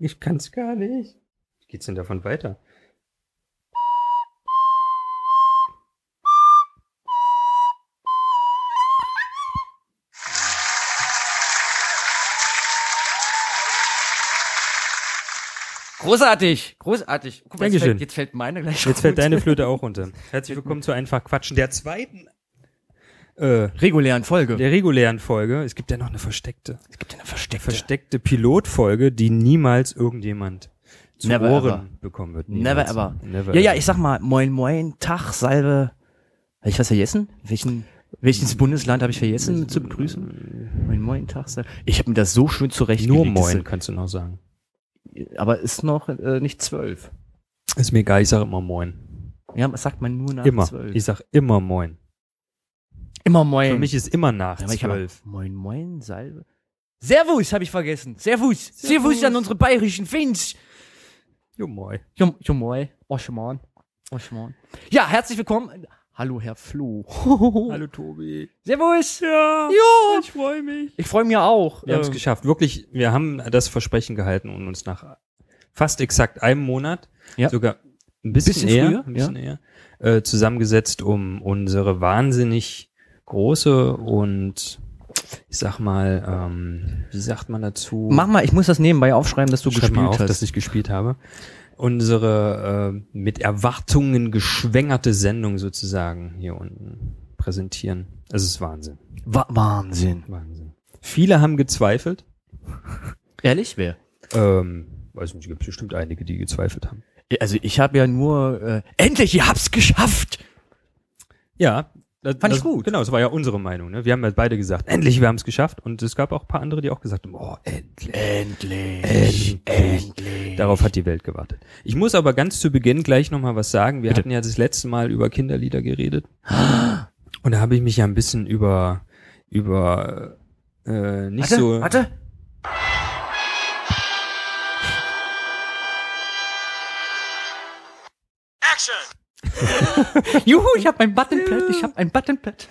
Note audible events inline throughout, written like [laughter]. Ich kann's gar nicht. Wie geht's denn davon weiter? Großartig, großartig. Guck, jetzt, Dankeschön. fällt, jetzt fällt meine gleich Jetzt fällt runter. deine Flöte auch runter. Herzlich willkommen zu Einfach Quatschen, der zweiten, äh, regulären Folge. der regulären Folge. Es gibt ja noch eine versteckte, es gibt ja eine versteckte. versteckte Pilotfolge, die niemals irgendjemand zu Never Ohren ever. bekommen wird. Never Niemals. ever. Never ja, ja, ever. ich sag mal, moin, moin, Tag, Salve. Habe ich was vergessen? Welchen, welches Bundesland habe ich vergessen zu begrüßen? Moin, moin, Tag, Salve. Ich habe mir das so schön Nur zurechtgelegt. Moin kannst du noch sagen. Das- Aber ist noch äh, nicht zwölf. Ist mir egal, ich sag immer Moin. Ja, was sagt man nur nach Immer. zwölf? Ich sag immer Moin. Immer moin. Für mich ist immer nach Ja, aber ich hab- zwölf. Moin, moin, Salve. Servus habe ich vergessen. Servus. Servus, Servus. an unsere bayerischen Fins. Jo Moin. Jo, jo moin. Oh, Schmarrn. Oh, Schmarrn. Ja, herzlich willkommen. Hallo, Herr Flo. [laughs] Hallo Tobi. Servus. Ja. Jo. Ich freue mich. Ich freue mich auch. Wir haben es Ähm, geschafft. Wirklich, wir haben das Versprechen gehalten und uns nach fast exakt einem Monat, Ja. sogar ein bisschen, Bisschen eher, früher, ein bisschen eher äh, zusammengesetzt, um unsere wahnsinnig große und ich sag mal, ähm, wie sagt man dazu? Mach mal, ich muss das nebenbei aufschreiben, dass du Schreib gespielt mal auf, hast. dass ich gespielt habe. Unsere äh, mit Erwartungen geschwängerte Sendung sozusagen hier unten präsentieren. Also Es ist Wahnsinn. Wa Wahnsinn. Wahnsinn. Viele haben gezweifelt. Ehrlich, wer? Ähm, weiß nicht, gibt bestimmt einige, die gezweifelt haben. Also ich habe ja nur äh, endlich, ihr habt's geschafft. Ja. Das, Fand ich das- gut. Genau, das war ja unsere Meinung. Ne? Wir haben ja beide gesagt, endlich, wir haben es geschafft. Und es gab auch ein paar andere, die auch gesagt haben, oh, endlich. Endlich, endlich. Darauf hat die Welt gewartet. Ich muss aber ganz zu Beginn gleich nochmal was sagen. Wir hatten ja das letzte Mal über Kinderlieder geredet. Und da habe ich mich ja ein bisschen über, über äh, nicht Warte, so. warte. Action. [laughs] Juhu, ich habe ein Buttonpad, ich habe ein Buttonpad.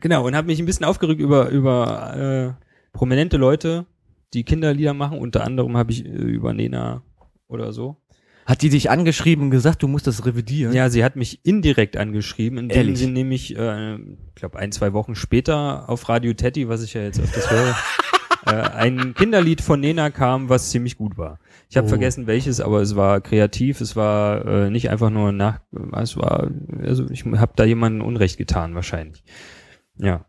Genau, und habe mich ein bisschen aufgerückt über, über äh, prominente Leute, die Kinderlieder machen. Unter anderem habe ich äh, über Nena oder so. Hat die dich angeschrieben und gesagt, du musst das revidieren? Ja, sie hat mich indirekt angeschrieben, indem Ehrlich? sie nämlich, äh, ich glaube, ein, zwei Wochen später auf Radio Teddy, was ich ja jetzt öfters [laughs] höre, äh, ein Kinderlied von Nena kam, was ziemlich gut war. Ich habe Oh. vergessen welches, aber es war kreativ, es war äh, nicht einfach nur nach, es war, also ich habe da jemandem Unrecht getan wahrscheinlich. Ja.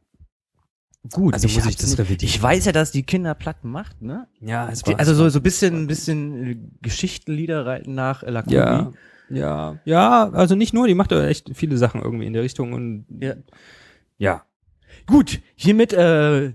gut. also muss ich hab's das nicht- revidieren. Ich weiß ja, dass die Kinder Platten macht, ne? Ja, es Die, also so, so bisschen, bisschen äh, Geschichtenlieder reiten nach äh, La Combi. ja, ja, ja, also nicht nur, die macht doch echt viele Sachen irgendwie in der Richtung und Ja. ja. Gut, hiermit äh,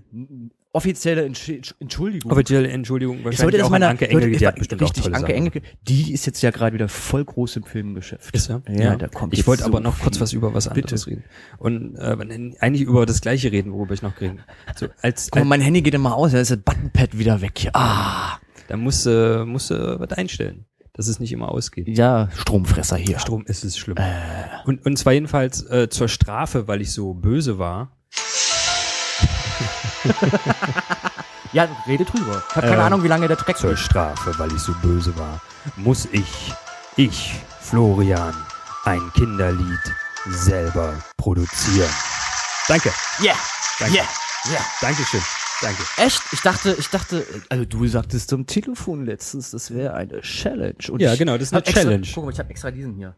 offizielle Entsch Entschuldigung. Offiziell Entschuldigung, Ich wahrscheinlich sollte das auch meiner- an Anke Engel, sollte- die hat ich- bestimmt richtig, auch tolle Anke Sachen. Engel, die ist jetzt ja gerade wieder voll groß im Filmgeschäft. Ist er? Ja, da kommt ich jetzt wollte so aber noch kurz viel. was über was anderes reden. Und äh, eigentlich über das gleiche reden, worüber ich noch reden. So, als, Guck mal, als mein Handy geht immer aus, da ist das Buttonpad wieder weg hier. Ah, da musst du musst du äh, was einstellen, dass es nicht immer ausgeht. ja, Stromfresser hier. Strom ist es schlimm. Äh. Und, und zwar jedenfalls äh, zur Strafe, weil ich so böse war. Ja, rede drüber. Ich habe keine Ähm, Ahnung, wie lange der Dreck Zur ist. Strafe, weil ich so böse war, muss ich, ich, Florian, ein Kinderlied selber produzieren. Danke, Yeah, Danke. yeah, yeah. Dankeschön, danke. Echt? Ich dachte, ich dachte, also du sagtest am Telefon letztens, das wäre eine Challenge. Und Ja, ich genau, das ist eine hab extra, Challenge. Guck mal, ich habe extra diesen hier.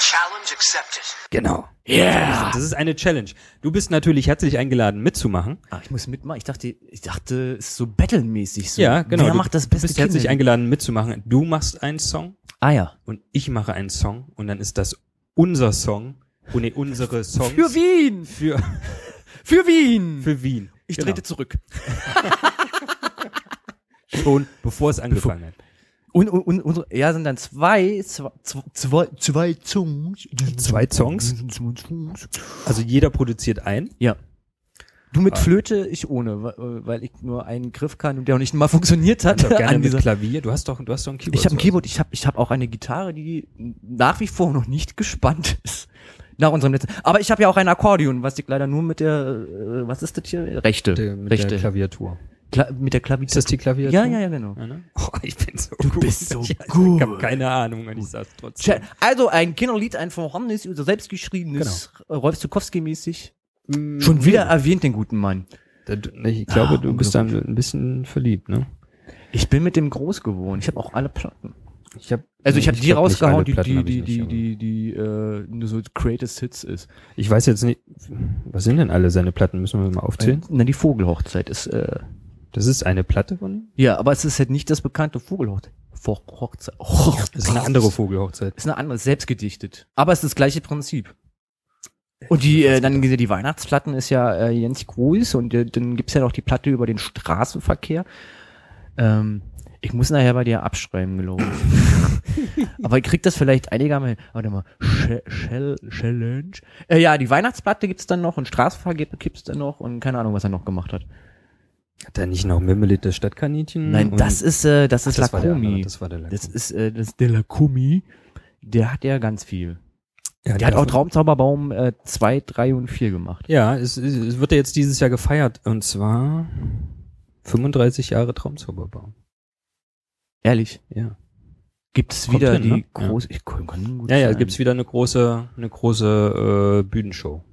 Challenge accepted. Genau. Yeah! Das ist eine Challenge. Du bist natürlich herzlich eingeladen, mitzumachen. Ah, ich muss mitmachen. Ich dachte, ich dachte, es ist so battlemäßig so. Ja, genau. Wer du macht das beste bist herzlich Kinderlied? eingeladen, mitzumachen. Du machst einen Song Ah ja. und ich mache einen Song und dann ist das unser Song. Oh nee, unsere Songs. Für Wien! Für, Für Wien! für Wien. ich Genau. trete zurück. schon, bevor es angefangen hat. Und, und, und unsere, ja, sind dann zwei, zwei, zwei, zwei Zungs. Zwei Songs. Also jeder produziert einen. Ja. Du Ah. mit Flöte, ich ohne, wa- äh, weil ich nur einen Griff kann und der auch nicht mal [laughs] funktioniert hat. Doch gerne An mit dieser- Klavier. Du hast doch, du hast doch ein Keyboard. ich habe ein so. Keyboard, ich habe ich hab auch eine Gitarre, die nach wie vor noch nicht gespannt [laughs] ist. Nach unserem letzten. Aber ich habe ja auch ein Akkordeon, was ich leider nur mit der, äh, was ist das hier? Rechte. Mit der- Mit der Rechte. Klaviatur. Kla mit der Ist Klaviatur. das die Klaviatur? Ja, ja, ja, genau. Ja, ne? oh, ich bin so Du gut. bist [laughs] so ich, gut. Ich habe keine Ahnung, und ich saß trotzdem. Tja, Also ein Kinderlied, ein vorhandenes oder selbstgeschriebenes, Genau. äh, Rolf Zukowski-mäßig. Mhm. Schon wieder erwähnt den guten Mann. Da du- Ich glaube, Ah, du bist da ein bisschen verliebt, ne? Ich bin mit dem groß geworden. Ich habe auch alle Platten. Ich hab, Also ich habe die glaub, nicht alle rausgehauen, die, Platten die, hab ich die, nicht, die, aber- die, die, äh, nur so Greatest Hits ist. Ich weiß jetzt nicht, was sind denn alle seine Platten? Müssen wir mal aufzählen? Na, Äh, die Vogelhochzeit ist, äh, Das ist eine Platte von ihm? ja, aber es ist halt nicht das bekannte Vogelhochzeit. Hochzeit. Hochzeit. [laughs] Das ist eine andere Vogelhochzeit. Ist eine andere, selbst gedichtet. Aber es ist das gleiche Prinzip. Und die, äh, dann die die Weihnachtsplatten ist ja äh, Jens Gruß und äh, dann gibt's ja noch die Platte über den Straßenverkehr. Ähm, ich muss nachher bei dir abschreiben, glaube ich. [laughs] Aber ich krieg das vielleicht einigermaßen. Warte mal. Sch- Shell Challenge. Äh, ja, die Weihnachtsplatte gibt's dann noch und Straßenverkehr gibt's dann noch und keine Ahnung, was er noch gemacht hat. Hat er nicht noch Mimmelit das Stadtkaninchen? Nein, Und- das ist, äh, das Hm. Ach, ist das war der Lakomi. andere, das war der Das Lakomi. ist äh, das der Lakomi. Der hat ja ganz viel. Ja, Der hat auch davon- Traumzauberbaum äh, 2, 3 und 4 gemacht. Ja, es, es, es wird ja jetzt dieses Jahr gefeiert. Und zwar 35 Jahre Traumzauberbaum. Ehrlich. Ja. Gibt es Kommt wieder hin, die ne? große. Ich kann, kann gut Ja, ja, sein. gibt's wieder eine große, eine große äh, Bühnenshow.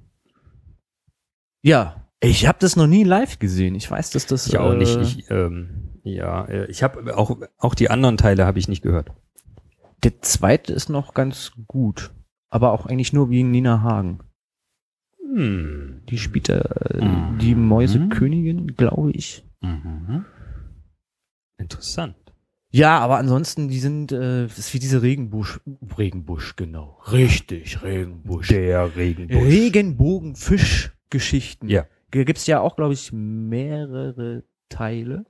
Ja. Ich habe das noch nie live gesehen. Ich weiß, dass das. Ich auch äh, nicht. Ich, ähm, ja, äh, ich habe auch, auch die anderen Teile habe ich nicht gehört. der zweite ist noch ganz gut. Aber auch eigentlich nur wegen Nina Hagen. Hm. Die spielt äh, Mhm. die Mäusekönigin, glaube ich. Mhm. Interessant. Ja, aber ansonsten, die sind, äh, das ist wie diese Regenbusch. Regenbusch, genau. Richtig, Regenbusch. Der Regenbusch. Regenbogenfisch-Geschichten. Ja. G- Gibt's ja auch, glaube ich, mehrere Teile.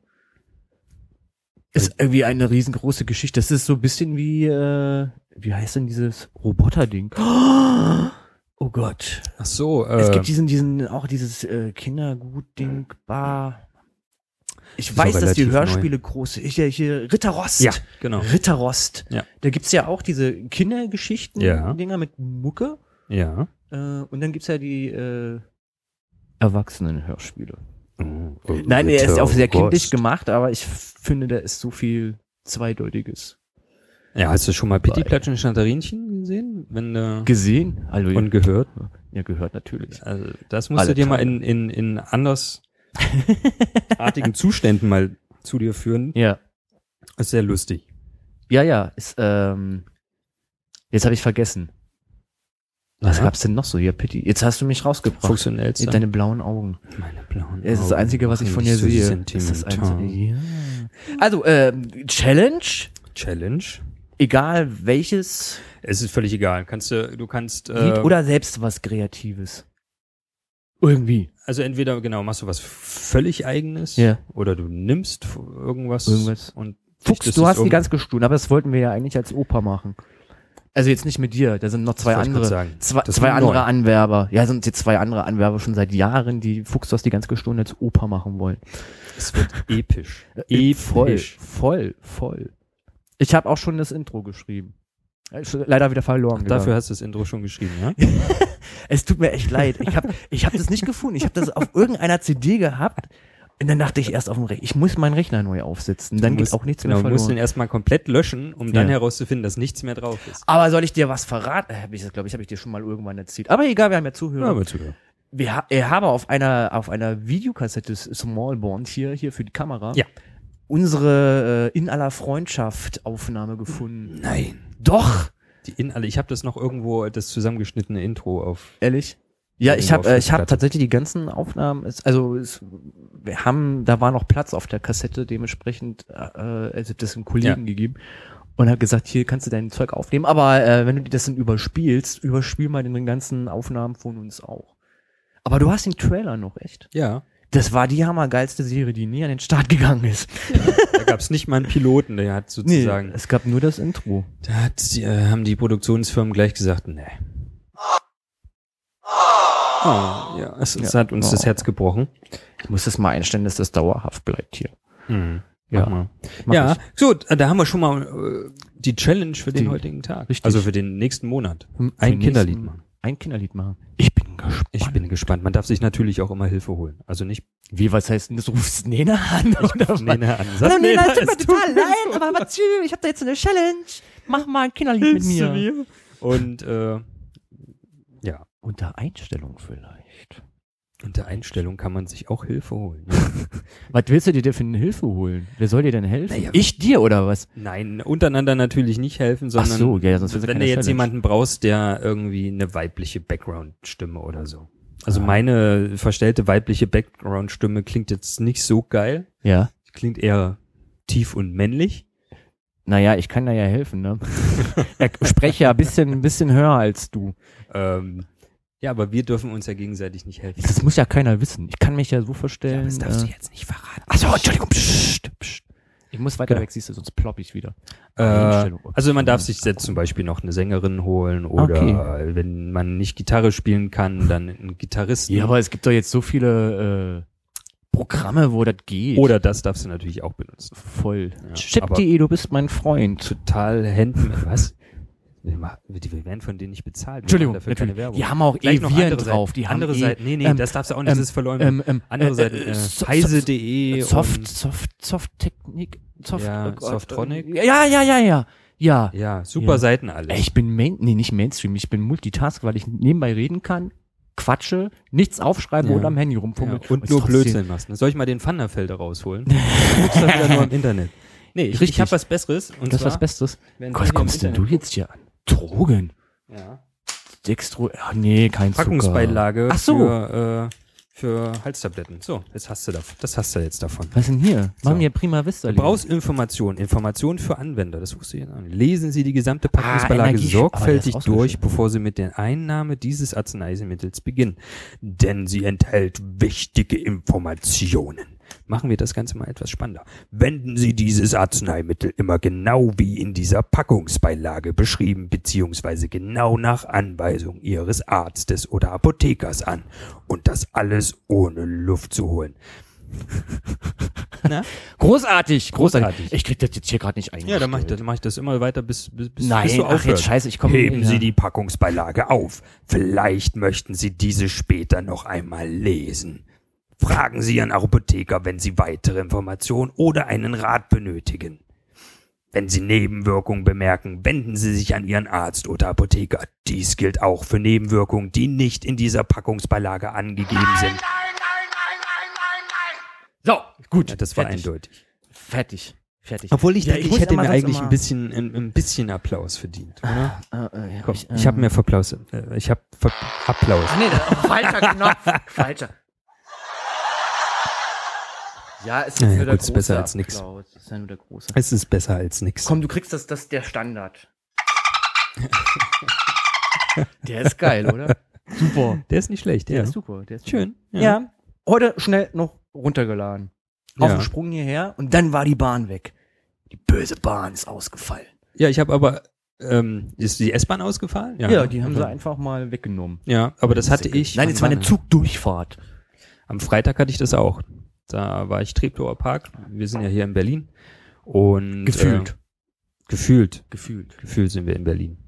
Ist irgendwie eine riesengroße Geschichte. Das ist so ein bisschen wie, äh, wie heißt denn dieses [gasps] Roboter-Ding? Oh Gott. Ach so. Äh, es gibt diesen, diesen, auch dieses äh, Kindergut-Ding, Bar. Ich Ist weiß, auch dass die relativ Hörspiele große, hier, hier, Ritterrost. ja, genau. Ritterrost. Ja. Da gibt's ja auch diese Ja. Kindergeschichten-Dinger mit Mucke. Ja. Äh, und dann gibt's ja die äh, Erwachsenen-Hörspiele. Nein, Nein, er ist auch sehr kindlich gemacht, aber ich finde, da ist so viel Zweideutiges. Ja, hast du schon mal Pitti Platsch und Schnatterinchen gesehen? Wenn, äh, Gesehen? Hallo, und gehört? ja, gehört natürlich. Also, das musst Alle du dir mal Teile. in, in, [laughs] in andersartigen Zuständen mal zu dir führen. Ja. Ist sehr lustig. Ja, ja, ist, ähm, jetzt habe ich vergessen. Was Ja. gab's denn noch so? Ja, Pitti. Jetzt hast du mich rausgebracht. Funktionellst. Deine blauen Augen. Meine blauen Es ist das Augen Einzige, was ich machen von mich dir so sehe. Das ist das sentimental. Einzige. Ja. Also, ähm, Challenge, Challenge. egal welches Es ist völlig egal. Kannst du, du kannst, Lied äh, oder selbst was Kreatives. Irgendwie. also entweder genau machst du was völlig eigenes, Ja. oder du nimmst f- irgendwas, Irgendwas. und Fuchs, dichtest du es hast die um. ganz gestohlen, aber das wollten wir ja eigentlich als Opa machen. Also jetzt nicht mit dir, da sind noch zwei wollte ich andere. grad sagen. Zwei, Das zwei sind andere neu. Anwerber. Ja, sind jetzt zwei andere Anwerber schon seit Jahren, die Fuchs, du hast die ganz gestohlen als Opa machen wollen. Äh, Es wird [laughs] episch. Voll, episch. voll, voll. Ich habe auch schon das Intro geschrieben. Äh, schon Leider wieder verloren. gegangen. Dafür hast du das Intro schon geschrieben, ja? Es tut mir echt leid. Ich habe ich hab das nicht gefunden. Ich habe das auf irgendeiner CD gehabt. Und dann dachte ich erst auf dem Rechner, ich muss meinen Rechner neu aufsetzen. Dann Du geht musst- auch nichts genau, mehr Du musst den verloren. erstmal komplett löschen, um dann Ja. herauszufinden, dass nichts mehr drauf ist. Aber soll ich dir was verraten? Äh, Hab ich das, glaube ich, habe ich dir schon mal irgendwann erzählt. Aber egal, wir haben ja Zuhörer. zuhören. wir ha ich habe auf einer, auf einer Videokassette Smallborn hier, hier für die Kamera Ja. unsere äh, In aller Freundschaft Aufnahme gefunden. Nein. Doch! Die in alle, ich habe das noch irgendwo, das zusammengeschnittene Intro auf. Ehrlich? Ja, ich Irgendwo habe auf äh, ich hab Festplatte. tatsächlich die ganzen Aufnahmen, es, also es, wir haben, da war noch Platz auf der Kassette, dementsprechend äh, also das dem Kollegen gegeben und hat gesagt, hier kannst du dein Zeug aufnehmen, aber äh, wenn du das dann überspielst, überspiel mal den ganzen Aufnahmen von uns auch. Aber du hast den Trailer noch, echt? Ja. Das war die hammergeilste Serie, die nie an den Start gegangen ist. Da gab es nicht mal einen Piloten, der hat sozusagen. es gab nur das Intro. Da hat, die, äh, haben die Produktionsfirmen gleich gesagt, nee. Oh, ja, es, es Ja. hat uns das Oh. Herz gebrochen. Ich muss das mal einstellen, dass das dauerhaft bleibt hier. Hm. Ja. Mach mal. Mhm. Mach ja, ich. gut, äh, da haben wir schon mal äh, die Challenge für den Die- heutigen Tag. richtig. Also für den nächsten Monat. Für Ein den Kinderlied nächsten- machen. Ein Kinderlied machen. Ich bin gespannt. Ich bin gespannt. Man darf sich natürlich auch immer Hilfe holen. Also nicht Wie, was heißt denn das? Rufst Nena an? Oder was? Nena an. Oh Hallo Sag Nena, Nena, es tut mir es tut total leid, aber was, tschüss, ich hab da jetzt eine Challenge. Mach mal ein Kinderlied mit Hilfst du mir. mir. Und äh, ja, Unter Einstellung vielleicht. unter Einstellung kann man sich auch Hilfe holen. Was willst du dir denn für eine Hilfe holen? Wer soll dir denn helfen? Naja, ich dir oder was? Nein, untereinander natürlich nicht helfen, sondern Ach so, ja, sonst wird's ja Also wenn keine du jetzt Challenge. jemanden brauchst, der irgendwie eine weibliche Background-Stimme oder so. Also Ah. meine verstellte weibliche Background-Stimme klingt jetzt nicht so geil, Ja. klingt eher tief und männlich. Naja, ich kann da ja helfen, [laughs] ne? ich spreche ja ein bisschen, ein bisschen höher als du. Ähm, ja, aber wir dürfen uns ja gegenseitig nicht helfen. [laughs] Das muss ja keiner wissen. Ich kann mich ja so verstellen. äh, jetzt nicht verraten. Achso, Entschuldigung. Psst, psst. Ich muss weiter Genau. weg, siehst du, sonst plopp ich wieder. Äh, Einstellung. also man darf sich jetzt zum Beispiel noch eine Sängerin holen oder Okay. wenn man nicht Gitarre spielen kann, dann einen Gitarristen. Ja, aber es gibt doch jetzt so viele äh, Programme, wo das geht. oder das darfst du natürlich auch benutzen. voll. Ja, Chip.de, E, du bist mein Freund. total Händen. Was? Wir, ma- wir werden von denen nicht bezahlt. Wir Entschuldigung, machen dafür keine Werbung. Die haben auch Gleich eh noch Viren andere Seiten. drauf. Die andere haben Seiten. Eh, Nee, nee, ähm, das darfst du auch nicht. das ähm, ist verleumdet. ähm, ähm, andere äh, Seiten. äh, Äh, so- heise.de. Soft, und- Soft, Soft Technik, Soft, Ja, oh Gott, Softronic. äh, Ja, ja, ja, ja, ja. Ja, super Ja. Seiten alle. Ey, ich bin Main, nee, nicht Mainstream, ich bin Multitask, weil ich nebenbei reden kann, quatsche, nichts aufschreibe Ja. oder am Handy Ja, rumfummeln. und, nur trotzdem- Blödsinn machst. Ne? Soll ich mal den Vanderfelder [laughs] rausholen? du guckst das wieder nur im Internet. Nee, ich, ich Richtig. habe was Besseres. Und Das ist zwar, was Bestes. wenn Gott, wir kommst im denn du jetzt hier an? Drogen? Internet- Ja. Dextro, ah, nee, kein Zucker. Packungsbeilage Ach so. für, äh, für Halstabletten. So, jetzt hast du davon. Das hast du jetzt davon. Was denn hier? Machen So. wir Prima Vista. Du brauchst Informationen. Informationen für Anwender. Das suchst du hier an. Lesen Sie die gesamte Packungsbeilage Ah, Energie- sorgfältig aber das ist auch durch, schön. bevor Sie mit der Einnahme dieses Arzneimittels beginnen. Denn sie enthält wichtige Informationen. Machen wir das Ganze mal etwas spannender. Wenden Sie dieses Arzneimittel immer genau wie in dieser Packungsbeilage beschrieben, beziehungsweise genau nach Anweisung Ihres Arztes oder Apothekers an. Und das alles ohne Luft zu holen. Na? Großartig, großartig, Großartig. Ich krieg das jetzt hier gerade nicht eingestellt. Ja, dann mach ich das, mach ich das immer weiter, bis, bis, bis, Nein, bis du ach jetzt aufhörst. scheiße, ich komme Heben Sie die Packungsbeilage auf. Vielleicht möchten Sie diese später noch einmal lesen. Fragen Sie Ihren Apotheker, wenn Sie weitere Informationen oder einen Rat benötigen. Wenn Sie Nebenwirkungen bemerken, wenden Sie sich an Ihren Arzt oder Apotheker. Dies gilt auch für Nebenwirkungen, die nicht in dieser Packungsbeilage angegeben sind. So, gut. ja, das war fertig, eindeutig. Fertig, fertig. Obwohl ich Ja, denke, ich ich, muss hätte immer mir ganz eigentlich normal- ein bisschen, ein, ein bisschen Applaus verdient. Oder? Äh, äh, ja, Komm, ich, ich äh, habe mir Verplaus, äh, ich habe Ver Applaus. Nee, das, oh, falscher Knopf. [laughs] Falscher. Ja, ist jetzt Naja, nur der gut, ist große besser als nix. Applaus. Ist ja nur der große. Es ist besser als nichts. Komm, du kriegst das, das ist der [laughs] Standard. der ist geil, [laughs] oder? Super. Der ist nicht schlecht, Der ja. ist super. Der ist Schön. Super. Ja. heute schnell noch runtergeladen. Auf Ja. dem Sprung hierher und dann war die Bahn weg. Die böse Bahn ist ausgefallen. Ja, ich habe aber, ähm, ist die S-Bahn ausgefallen? Ja, die haben sie einfach mal weggenommen. Ja, aber das hatte ich. Nein, es war eine Wann Zugdurchfahrt. Am Freitag hatte ich das auch. Da war ich Treptower Park. Wir sind ja hier in Berlin. Und Äh, Gefühlt. gefühlt. Gefühlt. Gefühlt sind wir in Berlin.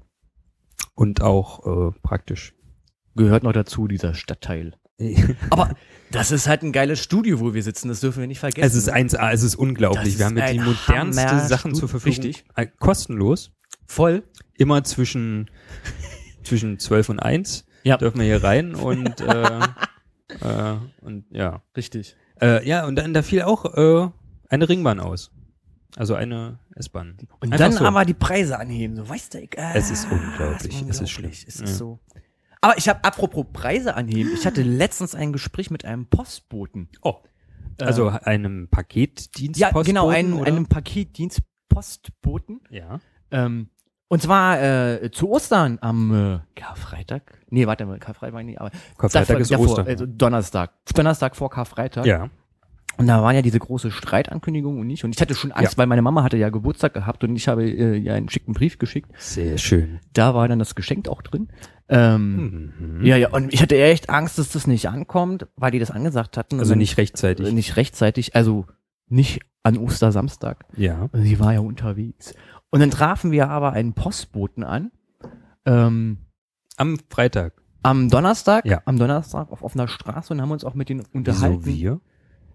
Und auch äh, [laughs] praktisch. Gehört noch dazu, dieser Stadtteil. Aber das ist halt ein geiles Studio, wo wir sitzen, das dürfen wir nicht vergessen. Es ist ne? 1A, es ist unglaublich. Das wir haben ist jetzt die ein modernste Hammer- Sachen zur Verfügung. Richtig. Äh, kostenlos. voll. Immer zwischen, zwischen 12 und 1 Ja. dürfen wir hier [laughs] rein und, äh, äh, und ja. Richtig. Äh, ja, und dann da fiel auch äh, eine Ringbahn aus. Also eine S-Bahn. Und Einfach dann so. aber die Preise anheben, so weißt du, ich, äh, Es ist unglaublich, es ist schlimm. Es ist so. Aber ich habe apropos Preise anheben, ich hatte letztens ein Gespräch mit einem Postboten. Oh. Also einem Paketdienst. Äh. Ja, genau, einen, einem Paketdienst Postboten. Ja. Ähm, und zwar äh, zu Ostern am äh, Karfreitag. Nee, warte mal, Karfreitag war ich nicht, aber Karfreitag davor- ist davor, Ostern. Also Donnerstag. Donnerstag vor Karfreitag. Ja. Und da waren ja diese große Streitankündigung und nicht. Und ich hatte schon Angst, Ja. weil meine Mama hatte ja Geburtstag gehabt und ich habe äh, ja einen schicken Brief geschickt. Sehr schön. Da war dann das Geschenk auch drin. Ähm, Mhm. Ja, ja, und ich hatte echt Angst, dass das nicht ankommt, weil die das angesagt hatten. Also Und nicht rechtzeitig. äh, nicht rechtzeitig, also nicht an Ostersamstag. Ja. Sie war ja unterwegs. Und dann trafen wir aber einen Postboten an. Ähm, Am Freitag. Am Donnerstag, Ja. am Donnerstag auf offener Straße und haben uns auch mit denen unterhalten. Wieso wir?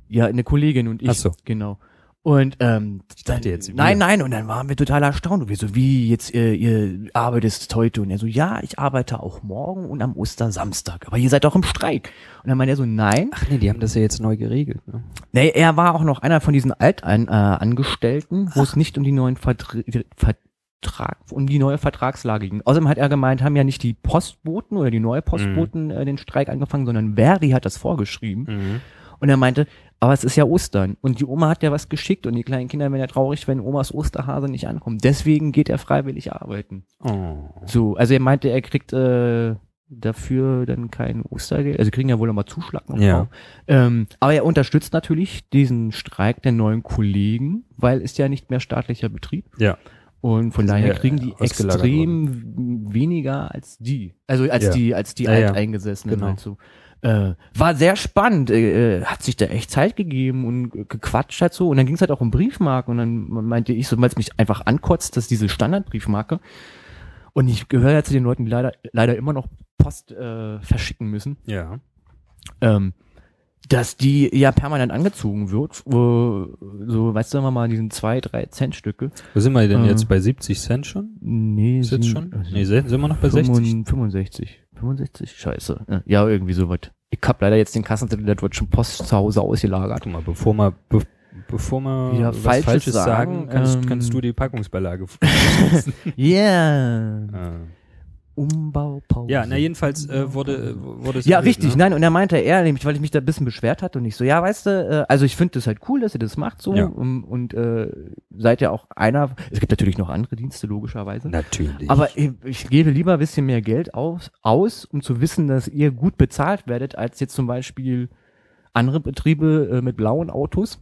Ja, eine Kollegin und ich. Ach so. Genau. Und ähm, ich dachte jetzt, wir. nein, nein, und dann waren wir total erstaunt. Und wir so, wie jetzt, äh, ihr arbeitet heute? Und er so, ja, ich arbeite auch morgen und am Ostersamstag. Aber ihr seid auch im Streik. Und dann meinte er so, nein. Ach nee, die haben das ja jetzt neu geregelt. Ne? Nee, er war auch noch einer von diesen Altangestellten, wo es nicht um die neuen Vertr- Vertrag, um die neue Vertragslage ging. Außerdem hat er gemeint, haben ja nicht die Postboten oder die neue Postboten äh, den Streik angefangen, sondern Verdi hat das vorgeschrieben. Mhm. Und er meinte, aber es ist ja Ostern und die Oma hat ja was geschickt und die kleinen Kinder werden ja traurig, wenn Omas Osterhase nicht ankommt. Deswegen geht er freiwillig arbeiten. Oh. So, also er meinte, er kriegt äh, dafür dann kein Ostergeld. Also kriegen ja wohl nochmal Zuschlag noch Ja. drauf. Ähm, aber er unterstützt natürlich diesen Streik der neuen Kollegen, weil ist ja nicht mehr staatlicher Betrieb. Ja. Und von sind daher ja, kriegen äh, die ausgelagert extrem weniger als die. Also als Ja. die, als die Ja, ja. Alteingesessenen Genau. halt so. Äh, war sehr spannend, äh, äh, hat sich da echt Zeit gegeben und äh, gequatscht halt so. Und dann ging es halt auch um Briefmarken und dann meinte ich so, weil es mich einfach ankotzt, dass diese Standardbriefmarke. Und ich gehöre ja zu den Leuten, die leider, leider immer noch Post äh, verschicken müssen Ja. ähm, dass die ja permanent angezogen wird. Wo, so, weißt du, sagen wir mal, diesen 2, 3 Cent Stücke. Wo sind wir denn Ähm. jetzt bei 70 Cent schon? Nee, also Ist jetzt schon? äh, Nee, se- sind wir noch bei 60? 65. 65, scheiße. Ja, irgendwie sowas. Ich hab leider jetzt den Kassenzettel der Deutschen Post zu Hause ausgelagert. Guck mal, bevor wir, be bevor wir Ja, was Falsches Falsches, sagen, sagen, kannst, ähm, kannst du die Packungsbeilage. [laughs] Yeah! Äh, Umbaupause. ja, na jedenfalls äh, wurde, wurde es. ne? Ja, erhöht, richtig, nein, und er meinte er nämlich, weil ich mich da ein bisschen beschwert hatte und ich so, ja, weißt du, äh, also ich finde das halt cool, dass ihr das macht so Ja. und, und äh, seid ja auch einer, es gibt natürlich noch andere Dienste, logischerweise, Natürlich. aber ich, ich gebe lieber ein bisschen mehr Geld aus, aus, um zu wissen, dass ihr gut bezahlt werdet, als jetzt zum Beispiel andere Betriebe äh, mit blauen Autos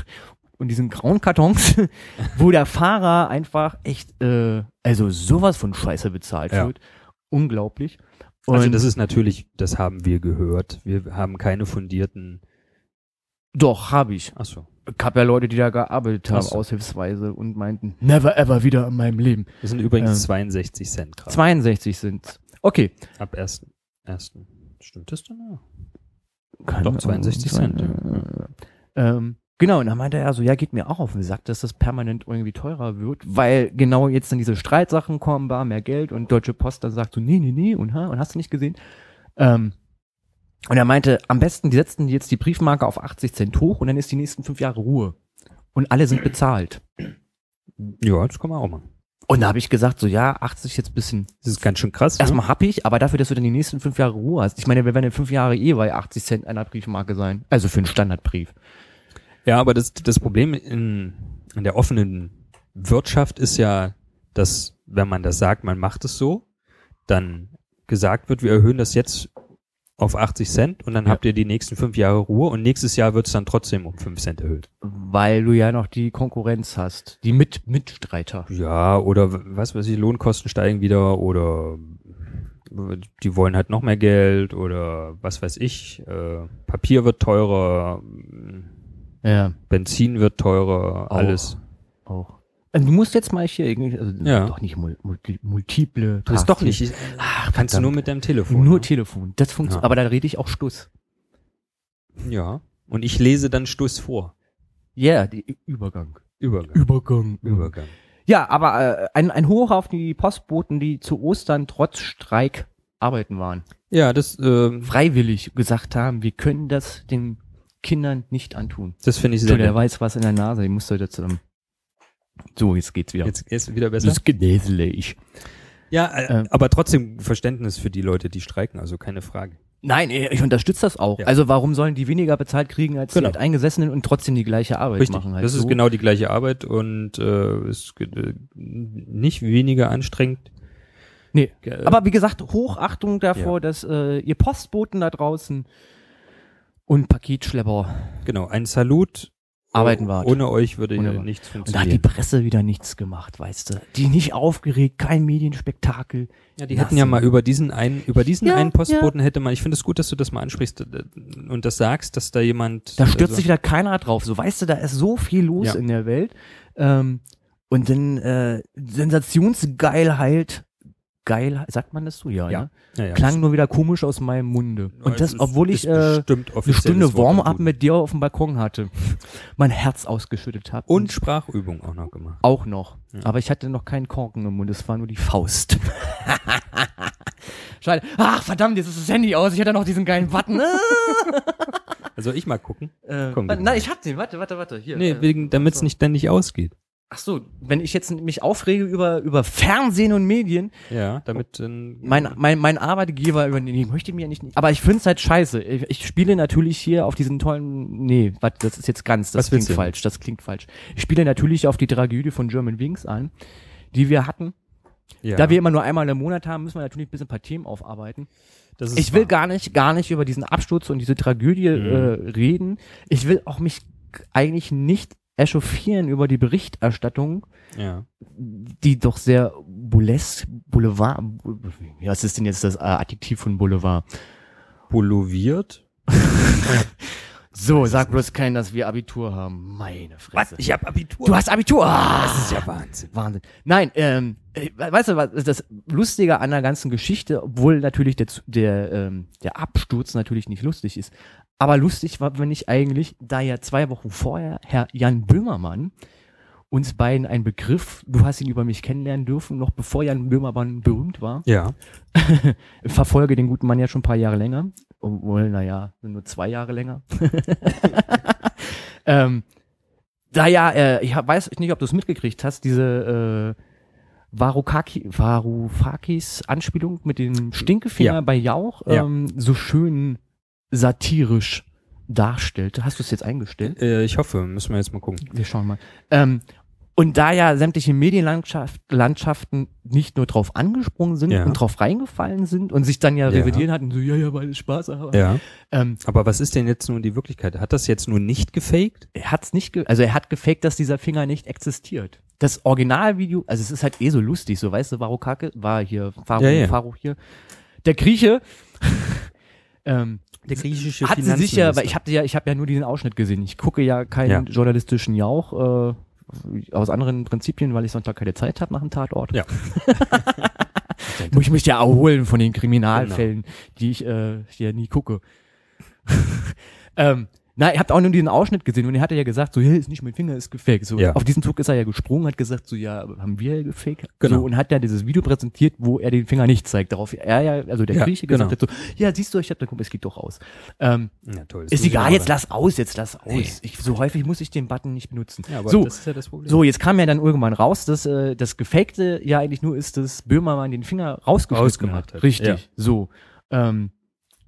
[laughs] und diesen grauen Kartons, [laughs] wo der Fahrer einfach echt, äh, also sowas von Scheiße bezahlt Ja. wird. Unglaublich. also Und- das ist natürlich, das haben wir gehört. Wir haben keine fundierten. Doch, habe ich. Ach so. Gab ja Leute, die da gearbeitet haben, Ach so. aushilfsweise, und meinten, never ever wieder in meinem Leben. Das sind übrigens Ähm. 62 Cent gerade. 62 sind. Okay. Ab 1. ersten. Stimmt das denn? Ja. Keine Doch, Ahnung, 62 zwei- Cent, Ähm, genau, und dann meinte er so, ja, geht mir auch auf den Sack, dass das permanent irgendwie teurer wird, weil genau jetzt dann diese Streitsachen kommen, bar mehr Geld und Deutsche Post dann sagt so, nee, nee, nee, und, ha, und hast du nicht gesehen? Ähm, und er meinte, am besten die setzen jetzt die Briefmarke auf 80 Cent hoch und dann ist die nächsten fünf Jahre Ruhe. Und alle sind bezahlt. Ja, das kann man auch machen. Und da habe ich gesagt, so ja, 80 jetzt ein bisschen Das ist ganz schön krass. Ne? erstmal happig, aber dafür, dass du dann die nächsten fünf Jahre Ruhe hast. Ich meine, wir werden in fünf Jahren eh bei 80 Cent einer Briefmarke sein. Also für einen Standardbrief. Ja, aber das, das Problem in, in der offenen Wirtschaft ist ja, dass wenn man das sagt, man macht es so, dann gesagt wird, wir erhöhen das jetzt auf 80 Cent und dann habt ihr die nächsten fünf Jahre Ruhe und nächstes Jahr wird es dann trotzdem um 5 Cent erhöht. Weil du ja noch die Konkurrenz hast. Die Mit Mitstreiter. Ja, oder w- was weiß ich, Lohnkosten steigen wieder oder die wollen halt noch mehr Geld oder was weiß ich, äh, Papier wird teurer, Ja, Benzin wird teurer, Auch. alles. auch. Also du musst jetzt mal hier irgendwie, also Ja. doch nicht mul multi multiple. Das ist doch nicht. Ach, Kannst du nur mit deinem Telefon. nur ne? Telefon. Das funktioniert. Ja. Aber da rede ich auch Stuss. Ja. Und ich lese dann Stuss vor. Ja, yeah, die Übergang. Übergang. Übergang. Übergang. Ja, aber äh, ein, ein Hoch auf die Postboten, die zu Ostern trotz Streik arbeiten waren. Ja, das, ähm, Freiwillig gesagt haben, wir können das den Kindern nicht antun. das finde ich sehr Entschuldigung, der nett. weiß was in der Nase, ich muss da jetzt. Ähm so, jetzt geht's wieder. Jetzt ist wieder besser. das genäsele ich. Ja, äh, Ähm. aber trotzdem Verständnis für die Leute, die streiken, also keine Frage. Nein, ich unterstütze das auch. Ja. Also warum sollen die weniger bezahlt kriegen als Genau. die Eingesessenen und trotzdem die gleiche Arbeit machen? Halt das ist so. genau die gleiche Arbeit und äh, ist ge- äh, nicht weniger anstrengend. Nee. Ge- Aber wie gesagt, Hochachtung davor, Ja. dass äh, ihr Postboten da draußen und Paketschlepper. Genau, ein Salut. Arbeiten wart. Ohne euch würde Wunderbar. nichts Und da hat die funktionieren. Presse wieder nichts gemacht, weißt du. Die nicht aufgeregt, kein Medienspektakel. ja, die hätten ja mal über diesen einen, über diesen Ja, einen Postboten hätte man, ich finde es gut, dass du das mal ansprichst äh, und das sagst, dass da jemand. Da stürzt also- sich wieder keiner drauf. So, weißt du, da ist so viel los Ja. in der Welt. Ähm, und dann äh, sensationsgeil halt geil, sagt man das so? Ja, Ja. Ne? Ja, ja, Klang nur wieder komisch aus meinem Munde. Und das, Es ist- obwohl ist ich äh, bestimmt eine offizielles Stunde Warm-up Wort im Duden. mit dir auf dem Balkon hatte. [laughs] mein Herz ausgeschüttet habe. und Sprachübung auch noch gemacht. Auch noch. Aber ich hatte noch keinen Korken im Mund, es war nur die Faust. [laughs] Schade. Ach, verdammt, jetzt ist das Handy aus. Ich hätte noch diesen geilen Button. ne? Also ich mal gucken. [laughs] äh, Komm, wa- geh na, mal. ich hab den. Warte, warte, warte. Hier. Nee, äh, wegen, damit es nicht ständig ausgeht. ach so, wenn ich jetzt mich aufrege über, über Fernsehen und Medien, Ja, damit ähm, dann. mein, mein, mein Arbeitgeber übernehmen. Ich möchte mir ja nicht. Aber ich finde es halt scheiße. Ich, ich spiele natürlich hier auf diesen tollen. Nee, wat, das ist jetzt ganz. Das Was willst klingt du? falsch. Das klingt falsch. Ich spiele natürlich auf die Tragödie von German Wings an, die wir hatten. ja, Da wir immer nur einmal im Monat haben, müssen wir natürlich ein bisschen ein paar Themen aufarbeiten. das ist Ich will wahr. Mhm. gar nicht, gar nicht über diesen Absturz und diese Tragödie äh, reden. Ich will auch mich g- eigentlich nicht echauffieren über die Berichterstattung, Ja. die doch sehr burlesk, Boulevard, bu- ja, was ist denn jetzt das äh, Adjektiv von Boulevard? Pulloviert? So, sag bloß keinen, dass wir Abitur haben. Meine Fresse. Ich habe Abitur. Du hast Abitur! Ah! das ist ja Wahnsinn. Wahnsinn. Nein, ähm, äh, weißt du, was ist das Lustige an der ganzen Geschichte, obwohl natürlich der, Z- der, ähm, der Absturz natürlich nicht lustig ist, aber lustig war, wenn ich eigentlich, da ja zwei Wochen vorher Herr Jan Böhmermann uns beiden einen Begriff, du hast ihn über mich kennenlernen dürfen, noch bevor Jan Böhmermann berühmt war, Ja. verfolge den guten Mann ja schon ein paar Jahre länger, obwohl, naja, nur zwei [laughs] Jahre länger. ähm, da ja, äh, ich hab, weiß nicht, ob du es mitgekriegt hast, diese äh, Varukaki, Varufakis Anspielung mit dem Stinkefinger Ja. bei Jauch Ja. ähm, so schön satirisch darstellte. Hast du es jetzt eingestellt? Äh, ich hoffe, müssen wir jetzt mal gucken. Wir schauen mal. Ähm, und da ja sämtliche Medienlandschaften Landschaften nicht nur drauf angesprungen sind Ja. und drauf reingefallen sind und sich dann ja, Ja. revidieren hatten, so, ja, ja, weil es Spaß aber. Ja. Ähm, Aber was ist denn jetzt nun die Wirklichkeit? Hat das jetzt nur nicht gefaked? er hat's nicht, ge also er hat gefaked, dass dieser Finger nicht existiert. Das Originalvideo, also es ist halt eh so lustig, so weißt du, Varukake war hier, Faru, Ja, ja. Faru hier. Der Grieche, [laughs] ähm, Der griechische hat sie sich ja, weil ich habe ja, ich habe ja nur diesen Ausschnitt gesehen. Ich gucke ja keinen Ja. journalistischen Jauch äh, aus anderen Prinzipien, weil ich Sonntag keine Zeit habe nach dem Tatort. Ja. [laughs] Muss ich mich ja erholen von den Kriminalfällen, Genau. die ich äh, ja nie gucke. [laughs] ähm, na, ihr habt auch nur diesen Ausschnitt gesehen und er hatte ja gesagt, so, hier ist nicht mein Finger, ist gefaked. So, Ja. Auf diesen Zug ist er ja gesprungen, hat gesagt, so, ja, haben wir gefaked? Genau. So, und hat ja dieses Video präsentiert, wo er den Finger nicht zeigt. Darauf er ja, also der Ja, Grieche genau. gesagt hat, so, ja, siehst du, ich hab, dann guck, es geht doch aus. Ähm, genau. Ja, toll. das ist muss ich egal, mal jetzt sagen. lass aus, jetzt lass aus. Ich, so häufig muss ich den Button nicht benutzen. Ja, aber so, das ist ja das Problem. so, jetzt kam ja dann irgendwann raus, dass äh, das Gefakte ja eigentlich nur ist, dass Böhmermann den Finger rausgeschnitten Rausgemacht hat. hat, Richtig, ja. so. Ähm,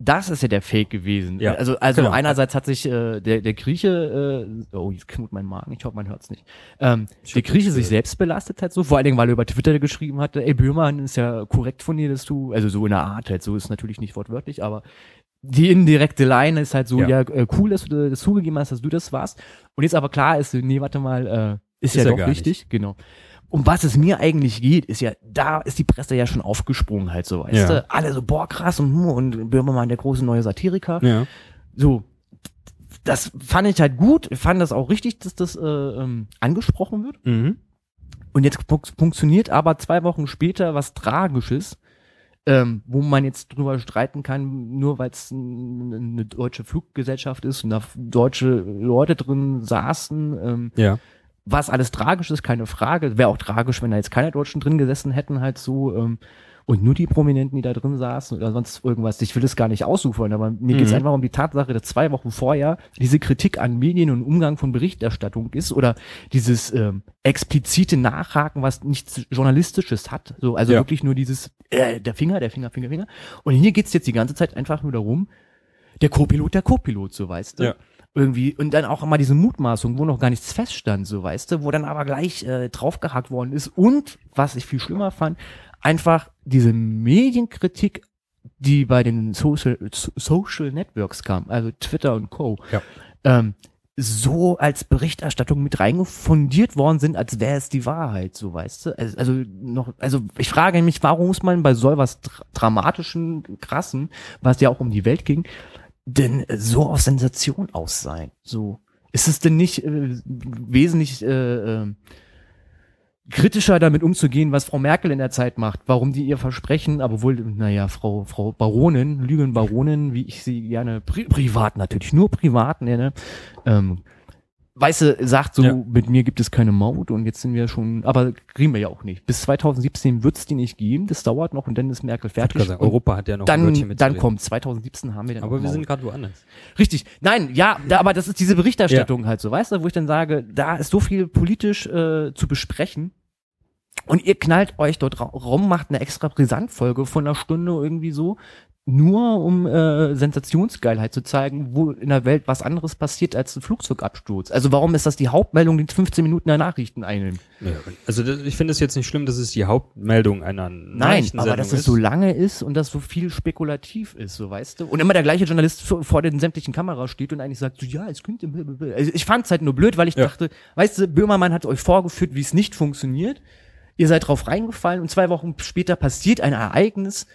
das ist ja der Fake gewesen. Ja, also also genau. einerseits hat sich äh, der, der Grieche, äh, oh, jetzt knurrt mein Magen, ich hoffe, man hört's nicht. Ähm, der Grieche sich selbst belastet hat, so vor allen Dingen, weil er über Twitter geschrieben hatte, ey, Böhmermann ist ja korrekt von dir, dass du, also so in der Art halt, so ist natürlich nicht wortwörtlich, aber die indirekte Line ist halt so, ja, Ja. äh, cool, dass du das zugegeben hast, dass du das warst. Und jetzt aber klar ist, nee, warte mal, äh, ist, Ist ja er doch gar nicht. richtig, genau. Um was es mir eigentlich geht, ist ja, da ist die Presse ja schon aufgesprungen halt so, weißt Ja. du? Alle so, boah, krass und, hm, und Böhmermann, der große neue Satiriker. Ja. So, das fand ich halt gut, fand das auch richtig, dass das äh, ähm, angesprochen wird. Mhm. Und jetzt fun- funktioniert aber zwei Wochen später was Tragisches, ähm, wo man jetzt drüber streiten kann, nur weil es n- n- eine deutsche Fluggesellschaft ist und da f- deutsche Leute drin saßen, ähm, Ja. was alles tragisch ist, keine Frage. Wäre auch tragisch, wenn da jetzt keine Deutschen drin gesessen hätten, halt so. Ähm, und nur die Prominenten, die da drin saßen oder sonst irgendwas. Ich will es gar nicht ausufern, aber mir Mhm. geht's einfach um die Tatsache, dass zwei Wochen vorher diese Kritik an Medien und Umgang von Berichterstattung ist oder dieses ähm, explizite Nachhaken, was nichts Journalistisches hat. So, also Ja. wirklich nur dieses äh, der Finger, der Finger, Finger, Finger. Und hier geht's jetzt die ganze Zeit einfach nur darum, der Co-Pilot, der Co-Pilot, so weißt du. Ja. Irgendwie, und dann auch immer diese Mutmaßung, wo noch gar nichts feststand, so weißt du, wo dann aber gleich äh, draufgehakt worden ist. Und, was ich viel schlimmer fand, einfach diese Medienkritik, die bei den Social, So- Social Networks kam, also Twitter und Co., Ja. ähm, so als Berichterstattung mit reingefundiert worden sind, als wäre es die Wahrheit, so weißt du. Also, also noch, also ich frage mich, warum muss man bei so was dra dramatischen, krassen, was ja auch um die Welt ging, denn äh, so auf Sensation aus sein? So. Ist es denn nicht äh, wesentlich äh, äh, ähm, kritischer damit umzugehen, was Frau Merkel in der Zeit macht, warum die ihr versprechen, aber wohl, naja, Frau, Frau Baronin, Lügenbaronin, wie ich sie gerne, pri privat natürlich, nur privat nenne, ähm, Weiße sagt so, Ja. mit mir gibt es keine Maut und jetzt sind wir schon, aber kriegen wir ja auch nicht. Bis 2017 wird's die nicht geben, das dauert noch und dann ist Merkel Ich kann fertig. sagen, Und Europa hat ja noch ein Wörtchen dann, dann mitzureden. kommt 2017 haben wir dann auch Aber wir Maut. sind gerade woanders. Richtig. Nein, ja, da, aber das ist diese Berichterstattung halt so, weißt du, wo ich dann sage, da ist so viel politisch äh, zu besprechen. Und ihr knallt euch dort ra- rum, macht eine extra Brisantfolge von einer Stunde irgendwie so, nur um äh, Sensationsgeilheit zu zeigen, wo in der Welt was anderes passiert als ein Flugzeugabsturz. Also warum ist das die Hauptmeldung, die 15 Minuten der Nachrichten einnimmt? Also das, ich finde es jetzt nicht schlimm, dass es die Hauptmeldung einer Nein, Nachrichtensendung aber dass es so lange ist und dass so viel spekulativ ist, so weißt du. Und immer der gleiche Journalist vor vor den sämtlichen Kameras steht und eigentlich sagt, so, ja, es könnte. blablabla. Also ich fand's halt nur blöd, weil ich Ja. dachte, weißt du, Böhmermann hat euch vorgeführt, wie es nicht funktioniert. Ihr seid drauf reingefallen und zwei Wochen später passiert ein Ereignis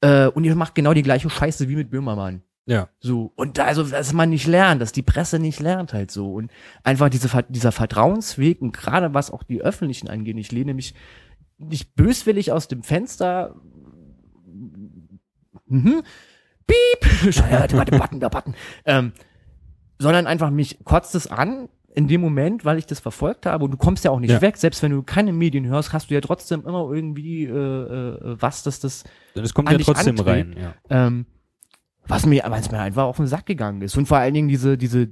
äh, und ihr macht genau die gleiche Scheiße wie mit Böhmermann. Ja. So. Und da, also, dass man nicht lernt, dass die Presse nicht lernt halt so. Und einfach diese, Ver- dieser Vertrauensweg und gerade was auch die Öffentlichen angeht, ich lehne mich nicht böswillig aus dem Fenster. Mhm. Piep! [laughs] Warte, warte, Button, da, Button. Ähm, sondern einfach mich kotzt es an in dem Moment, weil ich das verfolgt habe und du kommst ja auch nicht Ja. weg. Selbst wenn du keine Medien hörst, hast du ja trotzdem immer irgendwie äh, äh, was, dass das Denn es kommt an ja dich trotzdem anträgt. rein. Ja. ähm, was mir, was mir einfach auf den Sack gegangen ist. Und vor allen Dingen diese, diese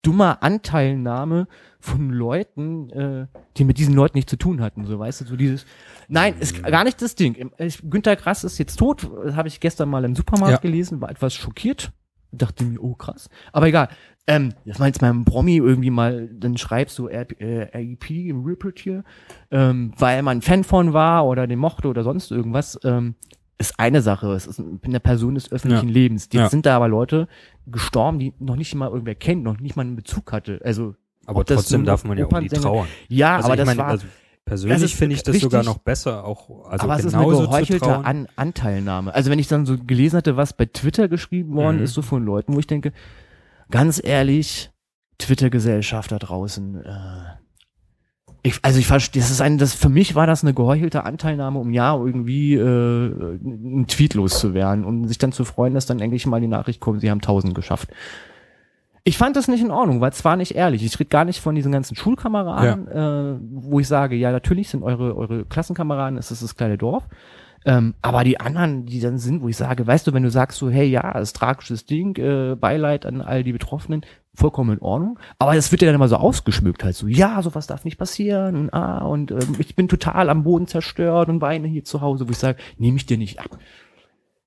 dumme Anteilnahme von Leuten, äh, die mit diesen Leuten nichts zu tun hatten. So, weißt du, so dieses, nein, Mhm. ist gar nicht das Ding. Im- Ich, Günther Grass ist jetzt tot, das habe ich gestern mal im Supermarkt Ja. gelesen, war etwas schockiert. Dachte mir, oh krass. Aber egal. Ähm, dass man jetzt meinem Promi irgendwie mal, dann schreibst du RP, äh, RIP im Report hier, ähm, weil man Fan von war oder den mochte oder sonst irgendwas, ähm, ist eine Sache. Es ist eine Person des öffentlichen Ja. Lebens. Jetzt Ja. sind da aber Leute gestorben, die noch nicht mal irgendwer kennt, noch nicht mal einen Bezug hatte. Also, Aber ob das trotzdem nun darf man ja um die Opernsänger- trauern. ja, Also aber ich das meine, war, also Das persönlich ist finde ich das richtig- sogar noch besser, auch also aber es ist eine genauso zu geheuchelte trauern. An Anteilnahme. Also wenn ich dann so gelesen hatte, was bei Twitter geschrieben worden Mhm. ist, so von Leuten, wo ich denke, ganz ehrlich, Twitter-Gesellschaft da draußen, äh, ich, also ich verstehe, das ist ein, das für mich war das eine geheuchelte Anteilnahme, um ja irgendwie äh, einen Tweet loszuwerden und sich dann zu freuen, dass dann endlich mal die Nachricht kommt, sie haben 1000 geschafft. Ich fand das nicht in Ordnung, weil es war nicht ehrlich. Ich rede gar nicht von diesen ganzen Schulkameraden, äh, wo ich sage, ja, natürlich sind eure, eure Klassenkameraden, es ist das kleine Dorf. Ähm, aber die anderen, die dann sind, wo ich sage, weißt du, wenn du sagst so, hey, ja, ist tragisches Ding, äh, Beileid an all die Betroffenen, vollkommen in Ordnung. Aber das wird ja dann immer so ausgeschmückt halt so, ja, sowas darf nicht passieren und ah, und ähm, ich bin total am Boden zerstört und weine hier zu Hause, wo ich sage, nehme ich dir nicht ab.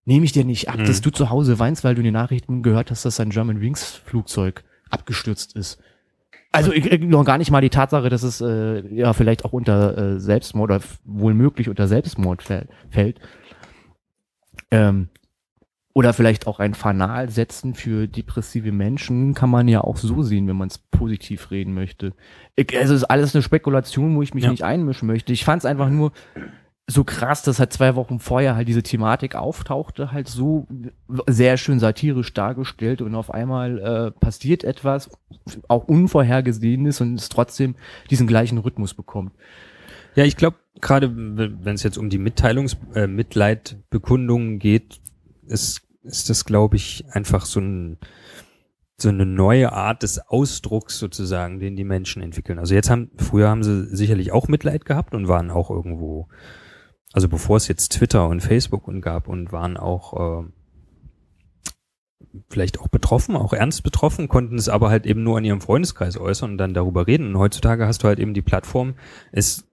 Nehme ich dir nicht ab, dass du zu Hause weinst, weil du in den Nachrichten gehört hast, dass ein German Wings Flugzeug abgestürzt ist. Also ich ignoriere gar nicht mal die Tatsache, dass es äh, ja vielleicht auch unter äh, Selbstmord oder f- wohl möglich unter Selbstmord fäll- fällt. Ähm, oder vielleicht auch ein Fanal setzen für depressive Menschen kann man ja auch so sehen, wenn man es positiv reden möchte. Ich, also es ist alles eine Spekulation, wo ich mich Ja. nicht einmischen möchte. Ich fand es einfach nur so krass, dass halt zwei Wochen vorher halt diese Thematik auftauchte, halt so w- sehr schön satirisch dargestellt und auf einmal äh, passiert etwas, auch Unvorhergesehenes und es trotzdem diesen gleichen Rhythmus bekommt. Ja, ich glaube, gerade wenn es jetzt um die Mitteilungs-, äh, Mitleidbekundungen geht, ist, ist das, glaube ich, einfach so ein, so eine neue Art des Ausdrucks sozusagen, den die Menschen entwickeln. Also jetzt haben, früher haben sie sicherlich auch Mitleid gehabt und waren auch irgendwo, also bevor es jetzt Twitter und Facebook und gab und waren auch, äh, vielleicht auch betroffen, auch ernst betroffen, konnten es aber halt eben nur in ihrem Freundeskreis äußern und dann darüber reden. Und heutzutage hast du halt eben die Plattform, es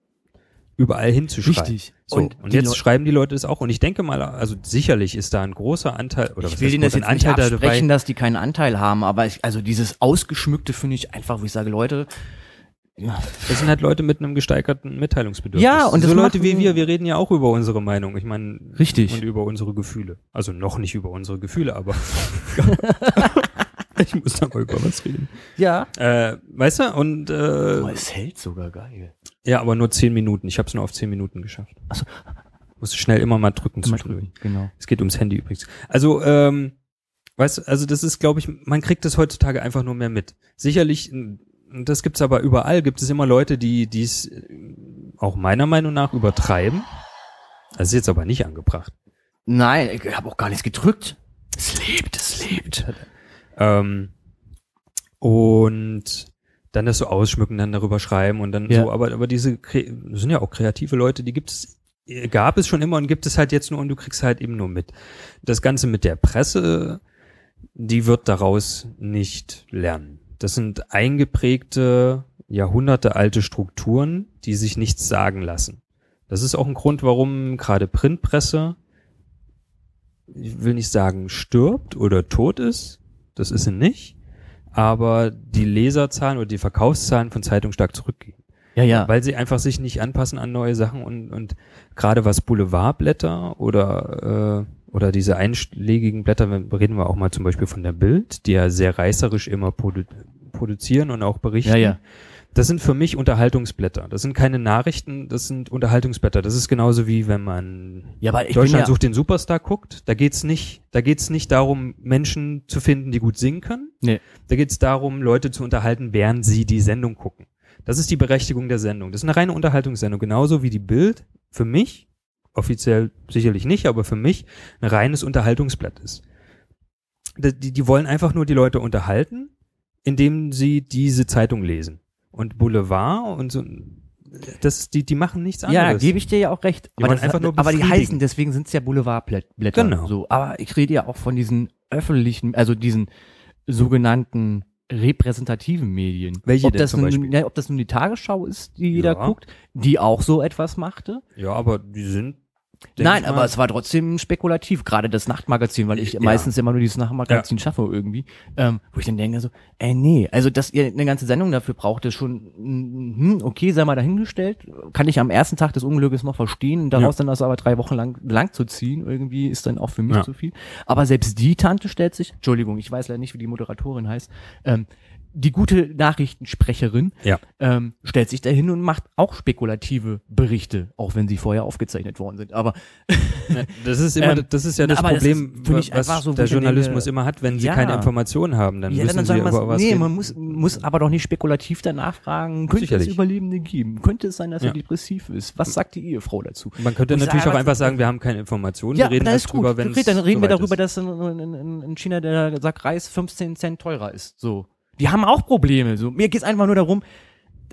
überall hinzuschreiben. So, und, und, die jetzt Leu- schreiben die Leute es auch. Und ich denke mal, also sicherlich ist da ein großer Anteil oder ich was will heißt denen das groß, jetzt nicht absprechen, dass die keinen Anteil haben, aber ich, also dieses Ausgeschmückte finde ich einfach, wo ich sage, Leute, Das sind halt Leute mit einem gesteigerten Mitteilungsbedürfnis. Ja, und so das Leute wie machen- wir, wir reden ja auch über unsere Meinung. Ich meine, Richtig. und über unsere Gefühle. Also noch nicht über unsere Gefühle, aber [laughs] ich muss da mal über was reden. ja, Äh, weißt du? Und äh, es hält sogar geil. ja, aber nur zehn Minuten. Ich habe es nur auf zehn Minuten geschafft. Ach so. Musst schnell immer mal drücken Mal zwischendurch. drücken, genau. Es geht ums Handy übrigens. Also, ähm, weißt du, also das ist, glaube ich, man kriegt das heutzutage einfach nur mehr mit. Sicherlich, n- das gibt's aber überall, gibt es immer Leute, die dies äh, auch meiner Meinung nach übertreiben. Das ist jetzt aber nicht angebracht. Nein, ich habe auch gar nichts gedrückt. Es lebt, es lebt. Ähm, und dann das so ausschmücken, dann darüber schreiben und dann Ja. so. Aber, aber diese kre- das sind ja auch kreative Leute, die gibt es, äh, gab es schon immer und gibt es halt jetzt nur und du kriegst halt eben nur mit. Das Ganze mit der Presse, die wird daraus nicht lernen. Das sind eingeprägte, jahrhundertealte Strukturen, die sich nichts sagen lassen. Das ist auch ein Grund, warum gerade Printpresse, ich will nicht sagen stirbt oder tot ist, das ist sie nicht, aber die Leserzahlen oder die Verkaufszahlen von Zeitungen stark zurückgehen, Ja, ja. weil sie einfach sich nicht anpassen an neue Sachen und, und gerade was Boulevardblätter oder, äh, oder diese einschlägigen Blätter, wenn- reden wir auch mal zum Beispiel von der Bild, die ja sehr reißerisch immer produ produzieren und auch berichten. Ja, ja. Das sind für mich Unterhaltungsblätter. Das sind keine Nachrichten, das sind Unterhaltungsblätter. Das ist genauso wie wenn man Ja, aber ich bin Deutschland ja- sucht den Superstar guckt. Da geht's nicht, da geht's nicht darum, Menschen zu finden, die gut singen können. Nee. Da geht's darum, Leute zu unterhalten, während sie die Sendung gucken. Das ist die Berechtigung der Sendung. Das ist eine reine Unterhaltungssendung, genauso wie die Bild für mich offiziell sicherlich nicht, aber für mich ein reines Unterhaltungsblatt ist. Die, die- die wollen einfach nur die Leute unterhalten, indem sie diese Zeitung lesen. Und Boulevard und so, das, die, die machen nichts anderes. Ja, gebe ich dir ja auch recht. Die Aber, wollen das, einfach nur aber die befriedigen. heißen, deswegen sind es ja Boulevardblätter. Genau. So. Aber ich rede ja auch von diesen öffentlichen, also diesen sogenannten repräsentativen Medien. Welche ob denn das zum nun, Beispiel? Ja, ob das nun die Tagesschau ist, die jeder Ja. guckt, die auch so etwas machte. Ja, aber die sind. denk Nein, ich mal- aber es war trotzdem spekulativ, gerade das Nachtmagazin, weil ich Ja. meistens immer nur dieses Nachtmagazin schaffe irgendwie, ähm, wo ich dann denke so, ey nee, also dass ihr eine ganze Sendung dafür braucht, ist schon, mm, hm, okay, sei mal dahingestellt, kann ich am ersten Tag des Unglückes noch verstehen und daraus dann das aber drei Wochen lang, lang zu ziehen, irgendwie ist dann auch für mich Ja. zu viel. Aber selbst die Tante stellt sich, Entschuldigung, ich weiß leider nicht, wie die Moderatorin heißt, ähm, die gute Nachrichtensprecherin Ja. ähm, stellt sich dahin und macht auch spekulative Berichte, auch wenn sie vorher aufgezeichnet worden sind. Aber Das ist immer, Ähm, das ist ja das aber das Problem, ist für mich was einfach so, wo der ich dann Journalismus denke, immer hat, wenn sie ja. keine Informationen haben, dann Ja, müssen dann sie sagen wir über es, was nee, reden. man muss, muss aber doch nicht spekulativ danach fragen, könnte Sicherlich. es Überlebende geben? Könnte es sein, dass Ja. er depressiv ist? Was sagt die Ehefrau dazu? man könnte Und ich natürlich sage auch einfach sagen, wir haben keine Informationen, wir reden dann erst drüber, wenn Red- Dann reden wir soweit darüber, ist. dass in, in, in- in China der Sack Reis 15 Cent teurer ist. So. Die haben auch Probleme. So. Mir geht's einfach nur darum,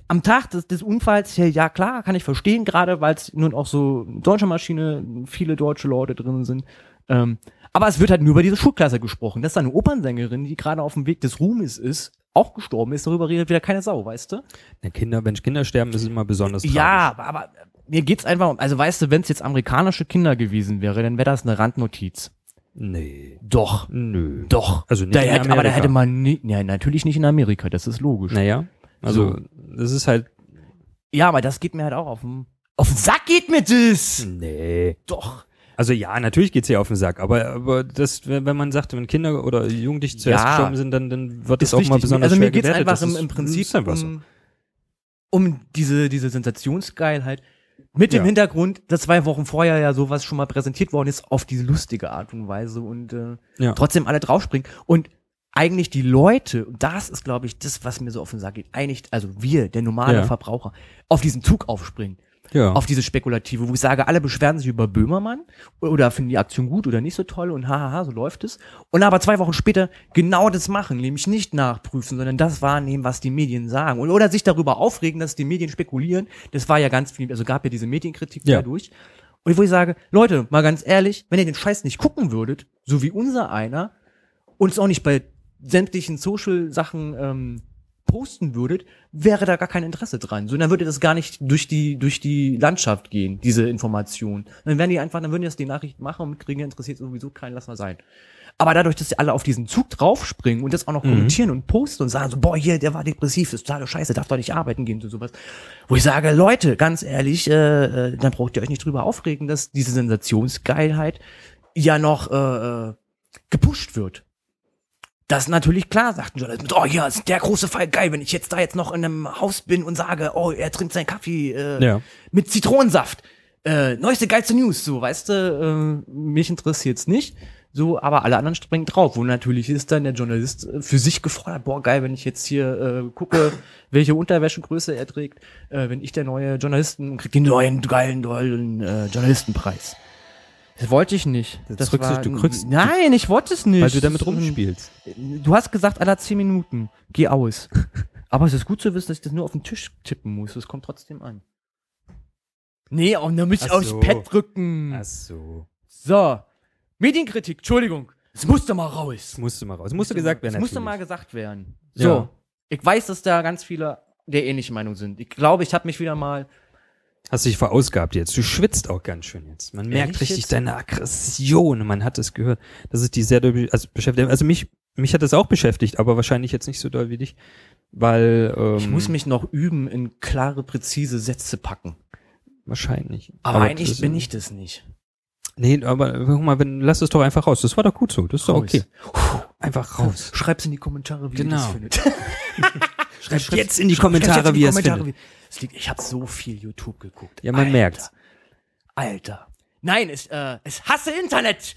am Tag des, des Unfalls, ja, ja klar, kann ich verstehen, gerade weil es nun auch so deutsche Maschine, viele deutsche Leute drin sind. Ähm, aber es wird halt nur über diese Schulklasse gesprochen, dass da eine Opernsängerin, die gerade auf dem Weg des Ruhmes ist, auch gestorben ist, darüber redet wieder keine Sau, weißt du? Na, Kinder, wenn Kinder sterben, ist es immer besonders Ja, aber, aber mir geht's einfach um, also weißt du, wenn es jetzt amerikanische Kinder gewesen wäre, dann wäre das eine Randnotiz. tragisch. Nee, Doch. nö. Doch. Also nicht da in hätte, aber da Amerika. hätte man nicht, ja, natürlich nicht in Amerika, das ist logisch. Naja, also So. das ist halt, Ja, aber das geht mir halt auch auf den, auf den Sack geht mir Hm. das! nee. Doch. Also ja, natürlich geht's hier auf den Sack, aber, aber das, wenn wenn man sagt, wenn Kinder oder Jugendliche zuerst Ja. gestorben sind, dann, dann wird das Ist auch mal wichtig. besonders Also schwer mir geht's gewertet. einfach Das im, ist- im ist Prinzip einfach so. um, um diese, diese Sensationsgeilheit mit Ja. dem Hintergrund, dass zwei Wochen vorher ja sowas schon mal präsentiert worden ist, auf diese lustige Art und Weise und äh, Ja. trotzdem alle draufspringen. Und eigentlich die Leute, und das ist, glaube ich, das, was mir so auf den Sack geht, eigentlich, also wir, der normale Ja. Verbraucher, auf diesen Zug aufspringen. ja. auf dieses Spekulative, wo ich sage, alle beschweren sich über Böhmermann oder finden die Aktion gut oder nicht so toll und hahaha, so läuft es. Und aber zwei Wochen später genau das machen, nämlich nicht nachprüfen, sondern das wahrnehmen, was die Medien sagen. Und, oder sich darüber aufregen, dass die Medien spekulieren. Das war ja ganz viel, also gab ja diese Medienkritik Ja. dadurch. Und wo ich sage, Leute, mal ganz ehrlich, wenn ihr den Scheiß nicht gucken würdet, so wie unser einer, und es auch nicht bei sämtlichen Social-Sachen ähm, posten würdet, wäre da gar kein Interesse dran. So, dann würde das gar nicht durch die, durch die Landschaft gehen, diese Information. Dann wären die einfach, dann würden die das die Nachricht machen und kriegen interessiert sowieso keinen, lass mal sein. Aber dadurch, dass die alle auf diesen Zug draufspringen und das auch noch kommentieren und posten und sagen so, boah, hier, der war depressiv, das ist totale Scheiße, darf doch nicht arbeiten gehen und sowas. Wo ich sage, Leute, ganz ehrlich, äh, äh, dann braucht ihr euch nicht drüber aufregen, dass diese Sensationsgeilheit ja noch äh, äh, gepusht wird. Das ist natürlich klar, sagten Journalisten. Oh ja, ist der große Fall geil, wenn ich jetzt da jetzt noch in einem Haus bin und sage, oh, er trinkt seinen Kaffee äh, Ja. mit Zitronensaft. Äh, neueste geilste News, so weißt du, äh, mich interessiert's nicht. So, aber alle anderen springen drauf. Und natürlich ist dann der Journalist äh, für sich gefordert, boah, geil, wenn ich jetzt hier äh, gucke, welche Unterwäschegröße er trägt, äh, wenn ich der neue Journalisten krieg den neuen geilen, tollen äh, Journalistenpreis. Das wollte ich nicht. Das drückst du- du krückst- Nein, ich wollte es nicht. Weil du damit Das ist ein- rumspielst. Du hast gesagt, aller 10 Minuten. [laughs] Geh aus. Aber es ist gut zu wissen, dass ich das nur auf den Tisch tippen muss. Es kommt trotzdem an. Nee, auch damit ich Ach aufs so. Pad drücken. so. So. Medienkritik, Entschuldigung. Es musste mal raus. Das musste mal raus. Das musste gesagt werden. Es musste mal natürlich. gesagt werden. So. Ja. Ich weiß, dass da ganz viele der ähnlichen Meinung sind. Ich glaube, ich habe mich wieder mal. Hast dich verausgabt jetzt. Du schwitzt auch ganz schön jetzt. Man merkt Ehrlich richtig jetzt? deine Aggression. Man hat es gehört. Das ist die sehr doll, also beschäftigt. Also mich, mich hat das auch beschäftigt, aber wahrscheinlich jetzt nicht so doll wie dich. Weil, ähm, Ich muss mich noch üben, in klare, präzise Sätze packen. wahrscheinlich. Aber, das- eigentlich bin ich das nicht. Nee, aber guck mal, wenn, lass es doch einfach raus. Das war doch gut so. Das ist doch okay. Einfach raus. Schreib's in die Kommentare, wie Genau. ihr das [laughs] findet. Schreibt Schreib's- jetzt in die schreib's jetzt Kommentare, in die wie ihr es Kommentare, findet. wie- Es liegt, ich habe so viel YouTube geguckt. Ja, man Alter, merkt's. Alter. Nein, es, äh, es hasse Internet.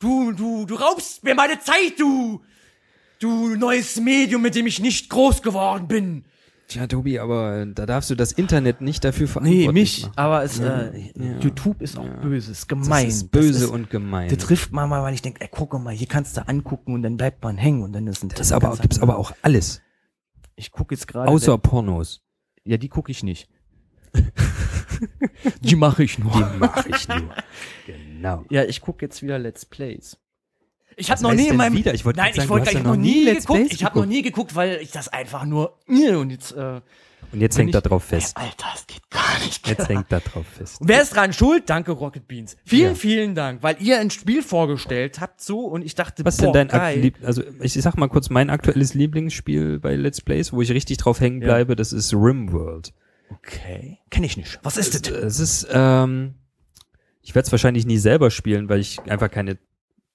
Du, du, du raubst mir meine Zeit, du. Du neues Medium, mit dem ich nicht groß geworden bin. Tja, Tobi, aber äh, da darfst du das Internet nicht dafür verantwortlich Nee, mich. machen. Aber es, äh, YouTube ist auch böse, ist Das gemein. ist böse das ist, und gemein. Das trifft man mal, weil ich denke, ey, guck mal, hier kannst du angucken und dann bleibt man hängen und dann ist ein Das aber, gibt's aber auch alles. Ich gucke jetzt gerade. Außer Pornos. Ja, die gucke ich nicht. die mache ich [laughs] nur. Die mache [laughs] ich nur. Genau. Ja, ich gucke jetzt wieder Let's Plays. Ich habe noch heißt nie in denn meinem wieder? Ich wollte Nein, gerade sagen, ich du wollte hast gar ja ich hab noch noch nie nie Let's geguckt. Plays ich habe noch geguckt. nie geguckt, weil ich das einfach nur und jetzt äh, Und jetzt Wenn hängt da ich- drauf fest. Alter, das geht gar nicht. Jetzt hängt da drauf fest. Wer ist dran schuld? Danke Rocket Beans. Vielen, Ja. vielen Dank, weil ihr ein Spiel vorgestellt habt so und ich dachte, Was ist boah, denn dein geil. aktuelles, also ich sag mal kurz, mein aktuelles Lieblingsspiel bei Let's Plays, wo ich richtig drauf hängen Ja. bleibe, das ist Rimworld. Okay, kenne ich nicht. Was ist das? denn? äh, Es ist, ähm, ich werde es wahrscheinlich nie selber spielen, weil ich einfach keine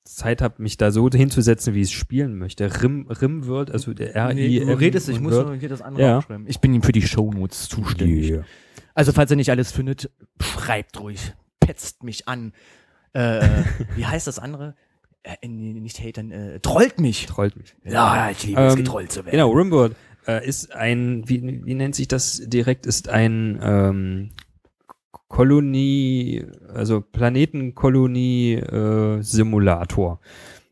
Zeit habe, mich da so hinzusetzen, wie ich es spielen möchte. Rim, Rimworld, also der R I du M redest, ich muss World. nur hier das andere Ja. aufschreiben. Ich bin ihm für die Shownotes zuständig. Yeah. Also, falls ihr nicht alles findet, schreibt ruhig, petzt mich an. Äh, [laughs] wie heißt das andere? Äh, äh, nee, nicht hatern, äh, trollt mich. Trollt mich. Ja, ich liebe Ähm, Genau, Rimworld äh, ist ein, wie, wie nennt sich das direkt, ist ein ähm, Kolonie, also Planetenkolonie-Simulator.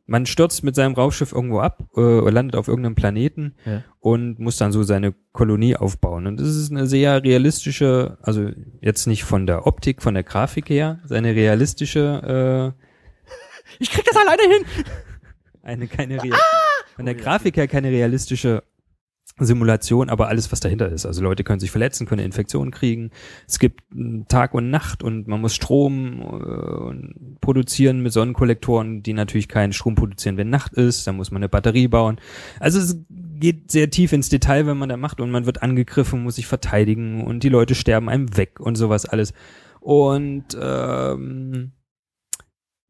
Man stürzt mit seinem Raumschiff irgendwo ab, äh, oder landet auf irgendeinem Planeten Ja. und muss dann so seine Kolonie aufbauen. Und das ist eine sehr realistische, also jetzt nicht von der Optik, von der Grafik her, seine realistische äh, Ich krieg das alleine hin. eine keine Real von der Grafik her keine realistische Simulation, aber alles, was dahinter ist. Also Leute können sich verletzen, können Infektionen kriegen. Es gibt mm, Tag und Nacht und man muss Strom äh, und produzieren mit Sonnenkollektoren, die natürlich keinen Strom produzieren, wenn Nacht ist. Dann muss man eine Batterie bauen. Also es geht sehr tief ins Detail, wenn man da macht und man wird angegriffen, muss sich verteidigen und die Leute sterben einem weg und sowas alles. Und ähm,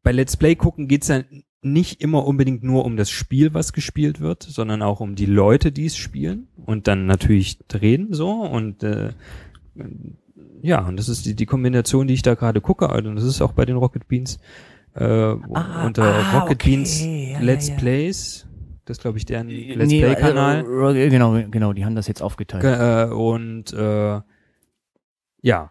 bei Let's Play gucken geht's ja nicht immer unbedingt nur um das Spiel, was gespielt wird, sondern auch um die Leute, die es spielen und dann natürlich reden so und äh, ja, und das ist die, die Kombination, die ich da gerade gucke. Also das ist auch bei den Rocket Beans äh, unter ah, Rocket okay. Beans Ja, Let's ja, ja. Plays. Das glaube ich deren Let's Nee, Play-Kanal. äh, äh, genau, genau, die haben das jetzt aufgeteilt. Ge- äh, und äh, ja,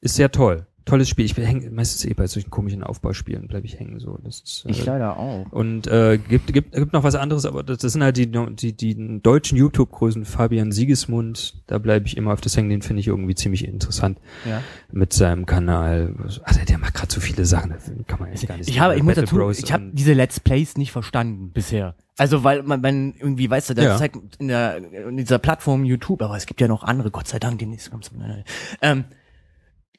ist sehr toll. Tolles Spiel. Ich bin häng, meistens eh bei solchen komischen Aufbauspielen bleibe ich hängen. So. Das ist, äh, ich leider auch. und äh, gibt, gibt, gibt noch was anderes, aber das, das sind halt die, die, die deutschen YouTube-Größen, Fabian Siegesmund, da bleibe ich immer auf das hängen, den finde ich irgendwie ziemlich interessant Ja. mit seinem Kanal. Also, der macht gerade so viele Sachen, das kann man jetzt gar nicht Ich habe, ich muss Battle dazu, Bros ich habe und- diese Let's Plays nicht verstanden bisher. Also weil man, man irgendwie weißt du, das Ja. ist halt in, der, in dieser Plattform YouTube, aber es gibt ja noch andere, Gott sei Dank, demnächst kommt's. nein, nein. Ähm,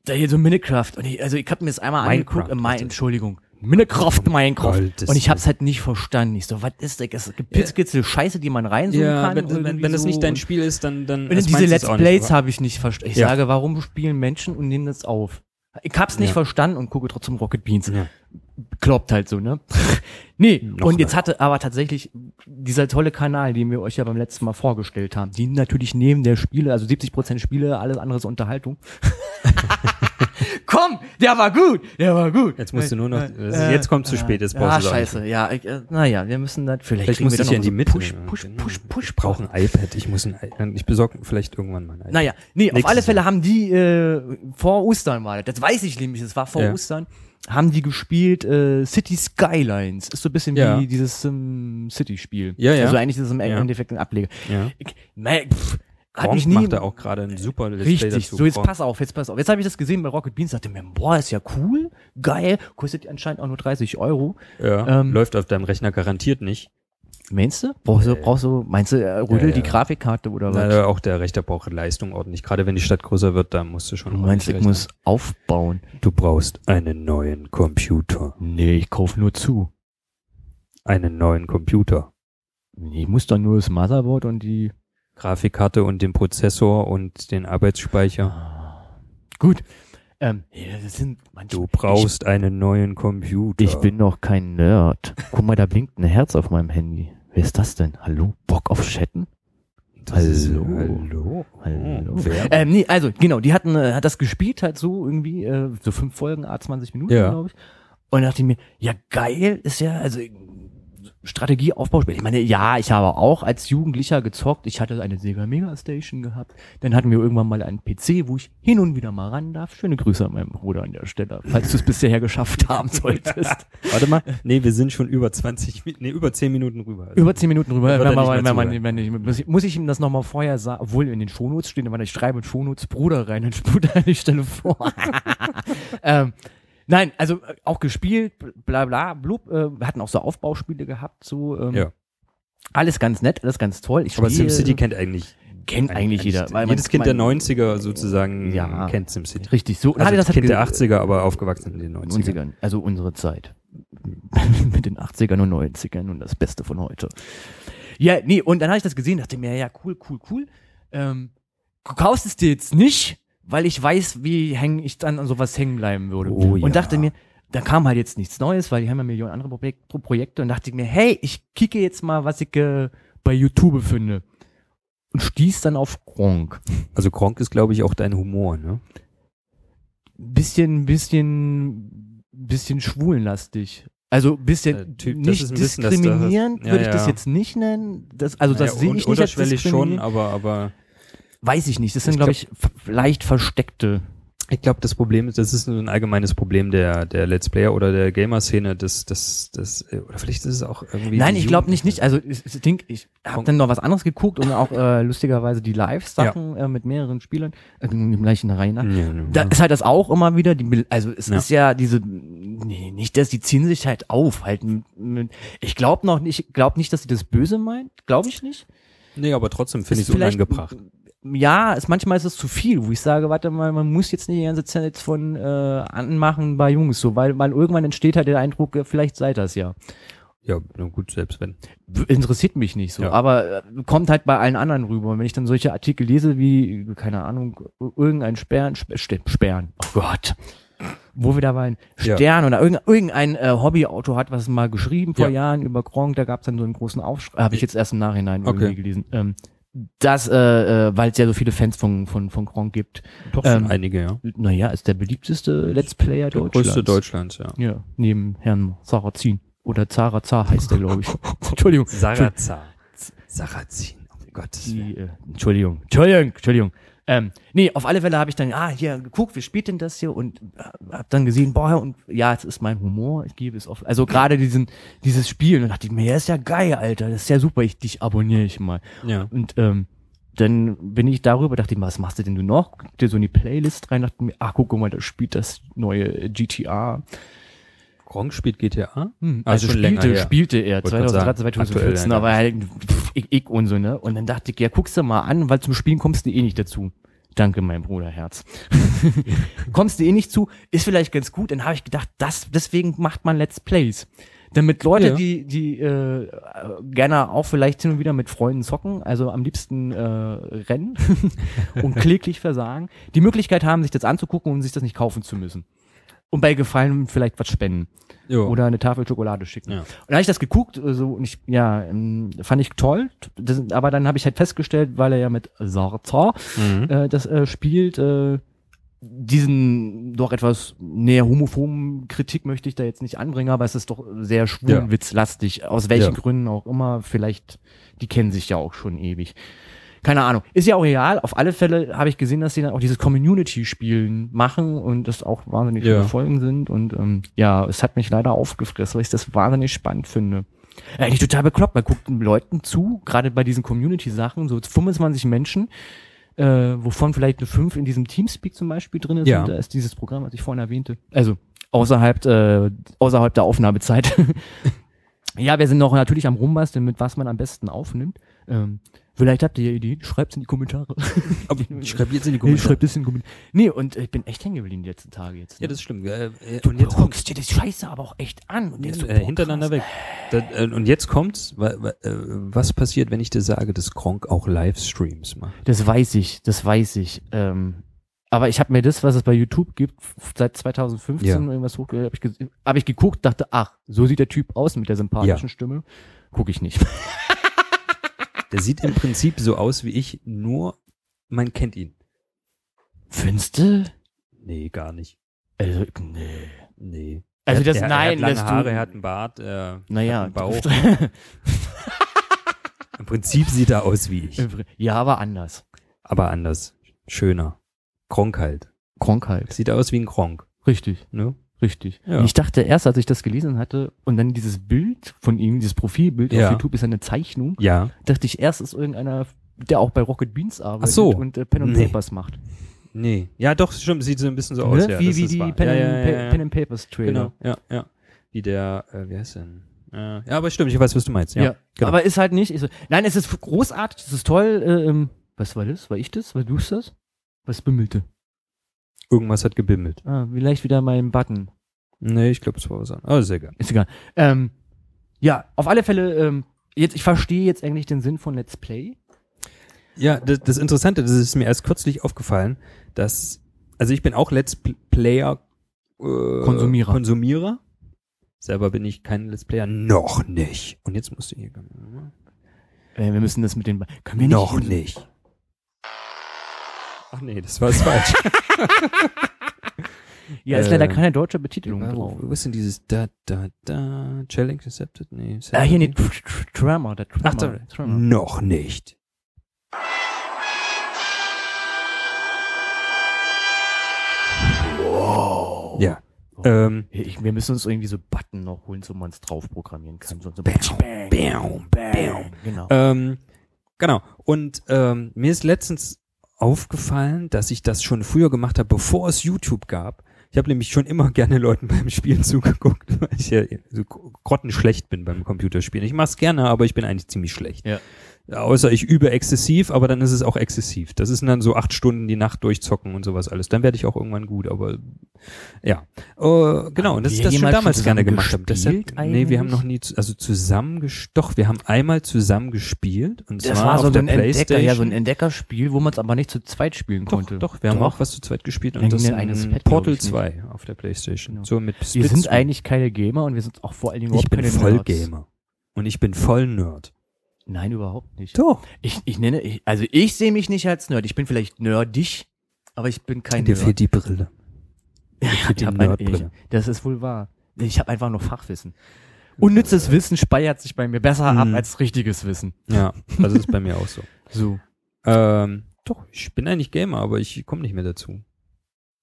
da hier so Minecraft und ich, also ich habe mir das einmal Minecraft, angeguckt, äh, mein, bitte. Entschuldigung, Minecraft, Minecraft Gottes und ich habe es halt nicht verstanden. Ich so, was ist das? Es gibt Pizkitzel Scheiße, die man reinzoomen ja, kann. wenn, wenn, irgendwie wenn das so nicht dein und- Spiel ist, dann dann und das diese meinst du Let's auch nicht, Plays aber- habe ich nicht verstanden. Ich Ja. sage, warum spielen Menschen und nehmen das auf? Ich hab's nicht Ja. verstanden und gucke trotzdem Rocket Beans. Ja. Kloppt halt so, ne? [laughs] nee, Noch ne. und jetzt mal. hatte aber tatsächlich dieser tolle Kanal, den wir euch ja beim letzten Mal vorgestellt haben, die natürlich neben der Spiele, also 70% Spiele, alles andere ist Unterhaltung. [laughs] Komm, der war gut, der war gut. Jetzt musst du nur noch- Äh, das ist- jetzt kommt zu spät, das brauchst ah, du doch scheiße, ja, ich, äh, naja, wir müssen dann, vielleicht, Vielleicht kriegen muss wir dann ich ja in noch die so Mitte. Push, Push, Genau. Push, Push, Ich brauche ein iPad. Ich muss ein iPad. Ich besorge vielleicht irgendwann mal ein iPad. Naja, nee, auf Nächstes alle Fälle haben die äh, vor Ostern mal, das weiß ich nämlich, es war vor Ja. Ostern, haben die gespielt äh, City Skylines. Ist so ein bisschen Ja. wie dieses ähm, City-Spiel. Ja, ja. Also eigentlich ist es im Ja. Endeffekt ein Ableger. Ja. Ich, naja, pff, hat Gronk mich nie, Äh, macht da auch gerade ein super Let's Play Richtig, dazu. so jetzt Gronk. pass auf, jetzt pass auf. Jetzt habe ich das gesehen bei Rocket Beans, dachte mir, boah, ist ja cool, geil, kostet anscheinend auch nur 30 Euro. Ja, Ähm, läuft auf deinem Rechner garantiert nicht. Meinst du? Brauchst du, brauchst du meinst du, äh, Rödel Ja, die ja. Grafikkarte oder was? Na, auch der Rechner braucht Leistung ordentlich. Gerade wenn die Stadt größer wird, da musst du schon. du meinst, ich ordentlich muss aufbauen? rechnen. Du brauchst einen neuen Computer. Nee, ich kaufe nur zu. Einen neuen Computer. Ich muss dann nur das Motherboard und die. Grafikkarte und den Prozessor und den Arbeitsspeicher. Ah. Gut. Ähm, ja, das sind manche. Du brauchst einen neuen Computer. Ich, ich bin noch kein Nerd. Guck mal, da blinkt ein Herz auf meinem Handy. Wer ist das denn? Hallo? Bock auf Chatten? Das ist- Hallo. Hallo. Hm. Hallo. Wer? [laughs] Ähm, nee, also genau, die hatten, äh, hat das gespielt halt so irgendwie, äh, so fünf Folgen, a 20 Minuten, Ja. glaube ich. Und dachte ich mir, ja geil, ist ja, also äh, Strategieaufbauspiel. Ich meine, ja, ich habe auch als Jugendlicher gezockt. Ich hatte eine Sega Mega Station gehabt. Dann hatten wir irgendwann mal einen PC, wo ich hin und wieder mal ran darf. Schöne Grüße an meinen Bruder an der Stelle, falls du es bisher [laughs] geschafft haben solltest. Warte mal. Nee, wir sind schon über 20, Min- nee, über 10 Minuten rüber. Also Über zehn Minuten rüber. Wird Wenn er man, nicht mehr wenn man, wenn ich, muss, ich, muss ich ihm das nochmal vorher sagen? Obwohl in den Shownotes steht, aber ich schreibe in Shownotes Bruder rein, dann spult er an die [laughs] Stelle vor. ähm, nein, also äh, auch gespielt, bla bla, blub. Äh, wir hatten auch so Aufbauspiele gehabt, so. Ähm, Ja. Alles ganz nett, alles ganz toll. Ich Aber spiele- SimCity kennt eigentlich kennt eigentlich jeder. weil man- jedes Kind der man- 90er sozusagen Ja. kennt SimCity. Richtig, so. Also hatte das halt Kind ge- der 80er, aber aufgewachsen in den 90ern. 90ern, also unsere Zeit. [laughs] Mit den 80ern und 90ern und das Beste von heute. Ja, nee, und dann habe ich das gesehen, dachte mir, ja, cool, cool, cool. Ähm, du kaufst es dir jetzt nicht, weil ich weiß, wie häng ich dann an sowas hängen bleiben würde. Oh ja. Und dachte mir, da kam halt jetzt nichts Neues, weil die haben ja Millionen andere Projek Pro- Projekte und dachte ich mir, hey, ich kicke jetzt mal, was ich äh, bei YouTube finde. Und stieß dann auf Gronk. Also Kronk ist, glaube ich, auch dein Humor, ne? bisschen, bisschen, bisschen schwulenlastig. Also bisschen Äh, Typ, das nicht ist ein bisschen das- das- diskriminierend ja, würde ich das ja. jetzt nicht nennen. Das, also das Naja, sehe un- ich nicht als unterschwellig schon, diskriminierend. aber, aber Weiß ich nicht. Das sind Ich glaube ich f- leicht versteckte. ich glaube, das Problem ist, das ist so ein allgemeines Problem der, der Let's Player oder der Gamer-Szene, das, das, das, äh, oder vielleicht ist es auch irgendwie. Nein, die ich glaube Jugend- nicht nicht. Also ich, ich denke, ich habe Punkt. dann noch was anderes geguckt und auch äh, lustigerweise die Live-Sachen äh, mit mehreren Spielern äh, im gleichen Reihe nach. Ja, ne. ja. Da ist halt das auch immer wieder, die, Mil- also es Ja. ist ja diese, nee, nicht, dass die ziehen sich halt auf, halt mit, mit, ich glaube noch nicht, ich glaube nicht, dass sie das böse meint, glaube ich nicht. Nee, aber trotzdem finde Ist ich es vielleicht- unangebracht. Ja, ist, manchmal ist es zu viel, wo ich sage, warte mal, man muss jetzt nicht die ganze Zeit jetzt von äh, anmachen bei Jungs, so, weil, weil irgendwann entsteht halt der Eindruck, äh, vielleicht sei das ja. Ja, na gut, selbst wenn. W- Interessiert mich nicht so, Ja. aber äh, kommt halt bei allen anderen rüber. Und wenn ich dann solche Artikel lese wie, keine Ahnung, irgendein Sperren, Sp- St- Sperren, oh Gott. Wo wir da waren, Ja. Stern oder irgendein, irgendein äh, Hobbyautor hat was mal geschrieben vor Ja. Jahren über Gronk, da gab es dann so einen großen Aufschrei, habe ich jetzt erst im Nachhinein Okay. irgendwie gelesen. Ähm, das, äh, äh, weil es ja so viele Fans von, von, von Gronk gibt. Doch schon Ähm, einige, ja. Naja, ist der beliebteste Let's Player Der Deutschlands. größte Deutschlands, ja. Ja, neben Herrn Sarrazin. Oder Zarazar heißt der, glaube ich. [laughs] Entschuldigung. Sarazar. Sarazin. Oh Gott. Die, äh, Entschuldigung, Entschuldigung, Entschuldigung. Ähm, nee, auf alle Fälle habe ich dann, ah, hier, geguckt, wie spielt denn das hier? Und äh, habe dann gesehen, boah, und ja, es ist mein Humor, ich gebe es auf. Also gerade diesen, dieses Spiel, und dachte ich mir, ja, ist ja geil, Alter, das ist ja super, ich, dich abonniere ich mal. Ja. Und ähm, dann bin ich darüber, dachte ich mir, was machst du denn du noch? Guck dir so in die Playlist rein, dachte mir, ach, guck mal, da spielt das neue GTA. Gronk spielt GTA? Hm, Also schon länger spielte, her. spielte er Wollte grad 2013, sagen, 2014, aktuell, ja. aber halt pff, ich, ich und so, ne? Und dann dachte ich, ja, guckst du mal an, weil zum Spielen kommst du eh nicht dazu. Danke, mein Bruderherz. [laughs] kommst du eh nicht zu, ist vielleicht ganz gut. Dann habe ich gedacht, das, deswegen macht man Let's Plays. Damit Leute, Ja. die, die äh, gerne auch vielleicht hin und wieder mit Freunden zocken, also am liebsten äh, [laughs] rennen und kläglich versagen, die Möglichkeit haben, sich das anzugucken und sich das nicht kaufen zu müssen. Und bei Gefallen vielleicht was spenden Jo. oder eine Tafel Schokolade schicken. Ja. Und da habe ich das geguckt, äh, so und ich, ja, ähm, fand ich toll. Das, aber dann habe ich halt festgestellt, weil er ja mit Sartor Mhm. äh, das äh, spielt, äh, diesen doch etwas näher homophoben Kritik möchte ich da jetzt nicht anbringen, aber es ist doch sehr schwulenwitzlastig. Aus welchen Ja. Gründen auch immer. Vielleicht, die kennen sich ja auch schon ewig. Keine Ahnung. Ist ja auch real. Auf alle Fälle habe ich gesehen, dass sie dann auch dieses Community-Spielen machen und das auch wahnsinnig Ja. viele Folgen sind. Und ähm, ja, es hat mich leider aufgefressen, weil ich das wahnsinnig spannend finde. Eigentlich total bekloppt. Man guckt den Leuten zu, gerade bei diesen Community-Sachen, so 25 Menschen, äh, wovon vielleicht nur fünf in diesem Teamspeak zum Beispiel drin sind. Ja. Da ist dieses Programm, was ich vorhin erwähnte. Also außerhalb, äh, außerhalb [laughs] der Aufnahmezeit. ja, wir sind noch natürlich am Rumbasteln, mit was man am besten aufnimmt. Ähm, vielleicht habt ihr ja Ideen, schreibt es in die Kommentare. [laughs] Aber ich schreibe jetzt in die Nee, Kommentare. schreibt es in die Kommentare. Nee, und äh, ich bin echt hängen geblieben die letzten Tage jetzt. Ne? ja, das ist schlimm. Äh, äh, du und jetzt kommt's. guckst dir das Scheiße aber auch echt an. Und denkst so, Äh, boah, hintereinander krass. weg. Das, äh, und jetzt kommt's. wa- wa- äh, Was passiert, wenn ich dir sage, dass Kronk auch Livestreams macht? Das weiß ich, das weiß ich. Ähm, aber ich habe mir das, was es bei YouTube gibt, f- seit 2015 Ja. irgendwas hochgeladen, habe ich, gese- hab ich geguckt, dachte, ach, so sieht der Typ aus mit der sympathischen Stimme. Gucke ich nicht. [laughs] Der sieht im Prinzip so aus wie ich, nur man kennt ihn. Findste? Nee, gar nicht. Also, nee. Nee. Also Er- das er, Nein, er hat das lange Haare, er hat einen Bart, äh, hat naja, einen Bauch. Im Prinzip sieht er aus wie Äh, ich, [laughs] ja, aber anders. aber anders, schöner. Kronk halt. Kronk halt. Sieht aus wie ein Kronk, Richtig, ne? richtig. Ja. Und Ich dachte erst, als ich das gelesen hatte und dann dieses Bild von ihm, dieses Profilbild Ja. auf YouTube ist ja eine Zeichnung, Ja. dachte ich erst ist irgendeiner, der auch bei Rocket Beans arbeitet so. und äh, Pen and Nee. Papers macht. Nee. Ja, doch, stimmt, sieht so ein bisschen so aus, ne? ja, wie das wie ist die wahr. Pen, ja, and ja, Pa- ja, ja. Pen ne? and Papers Trailer. Genau, ja, ja. Wie der, äh, wie heißt denn? Äh, ja, aber stimmt, ich weiß, was du meinst. Ja, Ja, genau. Aber ist halt nicht. Ist, nein, es ist großartig, es ist toll. Äh, ähm, was war das? War ich das? War du das? Was bimmelte? Irgendwas hat gebimmelt. Ah, vielleicht wieder mein Button. Nee, ich glaube, es war was anderes. Aber ist egal. Ist egal. Ähm, ja, auf alle Fälle, ähm, jetzt, ich verstehe jetzt eigentlich den Sinn von Let's Play. Ja, das, das Interessante, das ist mir erst kürzlich aufgefallen, dass, also ich bin auch Let's Pl- Player äh, Konsumierer. Konsumierer. Selber bin ich kein Let's Player. Noch nicht. Und jetzt musst du hier. Äh, wir müssen das mit den. Be- Können Noch nicht. Ach nee, das war [laughs] falsch. Ja, ist leider Äh, keine deutsche Betitelung drauf. Wo ist denn dieses da, da, da? Challenge accepted? Nee. Ah, accepted? hier, nee, Tr- Tr- Tremor, der Tremor. Ach, Mhm. da, Tremor. noch nicht. Wow. Ja. Ähm, Ich, wir müssen uns irgendwie so Button noch holen, so man es drauf programmieren kann. So, so Bam, bam, bam. Genau. Ähm, genau. Und ähm, mir ist letztens aufgefallen, dass ich das schon früher gemacht habe, bevor es YouTube gab. Ich habe nämlich schon immer [laughs] gerne Leuten beim Spielen zugeguckt, [laughs] weil ich ja so grottenschlecht bin beim Computerspielen. Ich mache es gerne, aber ich bin eigentlich ziemlich schlecht. Ja. Außer ich übe exzessiv, aber dann ist es auch exzessiv. Das ist dann so acht Stunden die Nacht durchzocken und sowas alles. Dann werde ich auch irgendwann gut, aber ja. Äh, genau, und das wir ist das schon jemals damals gerne gemacht. Habe. zusammengespielt Deshalb, nee, wir haben eigentlich? noch nie, zu, also zusammen, ges- doch, wir haben einmal zusammen gespielt und Das zwar war so auf der ein Entdecker, Playstation. ja, so ein Entdeckerspiel, wo man es aber nicht zu zweit spielen doch, konnte. doch, wir haben Doch. auch was zu zweit gespielt Dann und ging das der eine ins ein Bett, glaub Portal ich, nicht. 2 auf der Playstation. Genau. So mit Wir Split sind Screen. eigentlich keine Gamer und wir sind auch vor allen Dingen ich überhaupt bin keine voll Nerds. Gamer und ich bin voll Nerd. Nein, überhaupt nicht. Doch. Ich, ich nenne, ich, also ich sehe mich nicht als Nerd. Ich bin vielleicht nerdig, aber ich bin kein Dir Nerd. fehlt die Brille. [laughs] Dir fehlt Ich die hab ein, ich, Nerdbrille. das ist wohl wahr. Ich habe einfach nur Fachwissen. Hm. Unnützes Wissen speichert sich bei mir besser ab Mhm. als richtiges Wissen. Ja, das ist bei mir auch [laughs] so. So. Ähm, doch, ich bin eigentlich Gamer, aber ich komme nicht mehr dazu.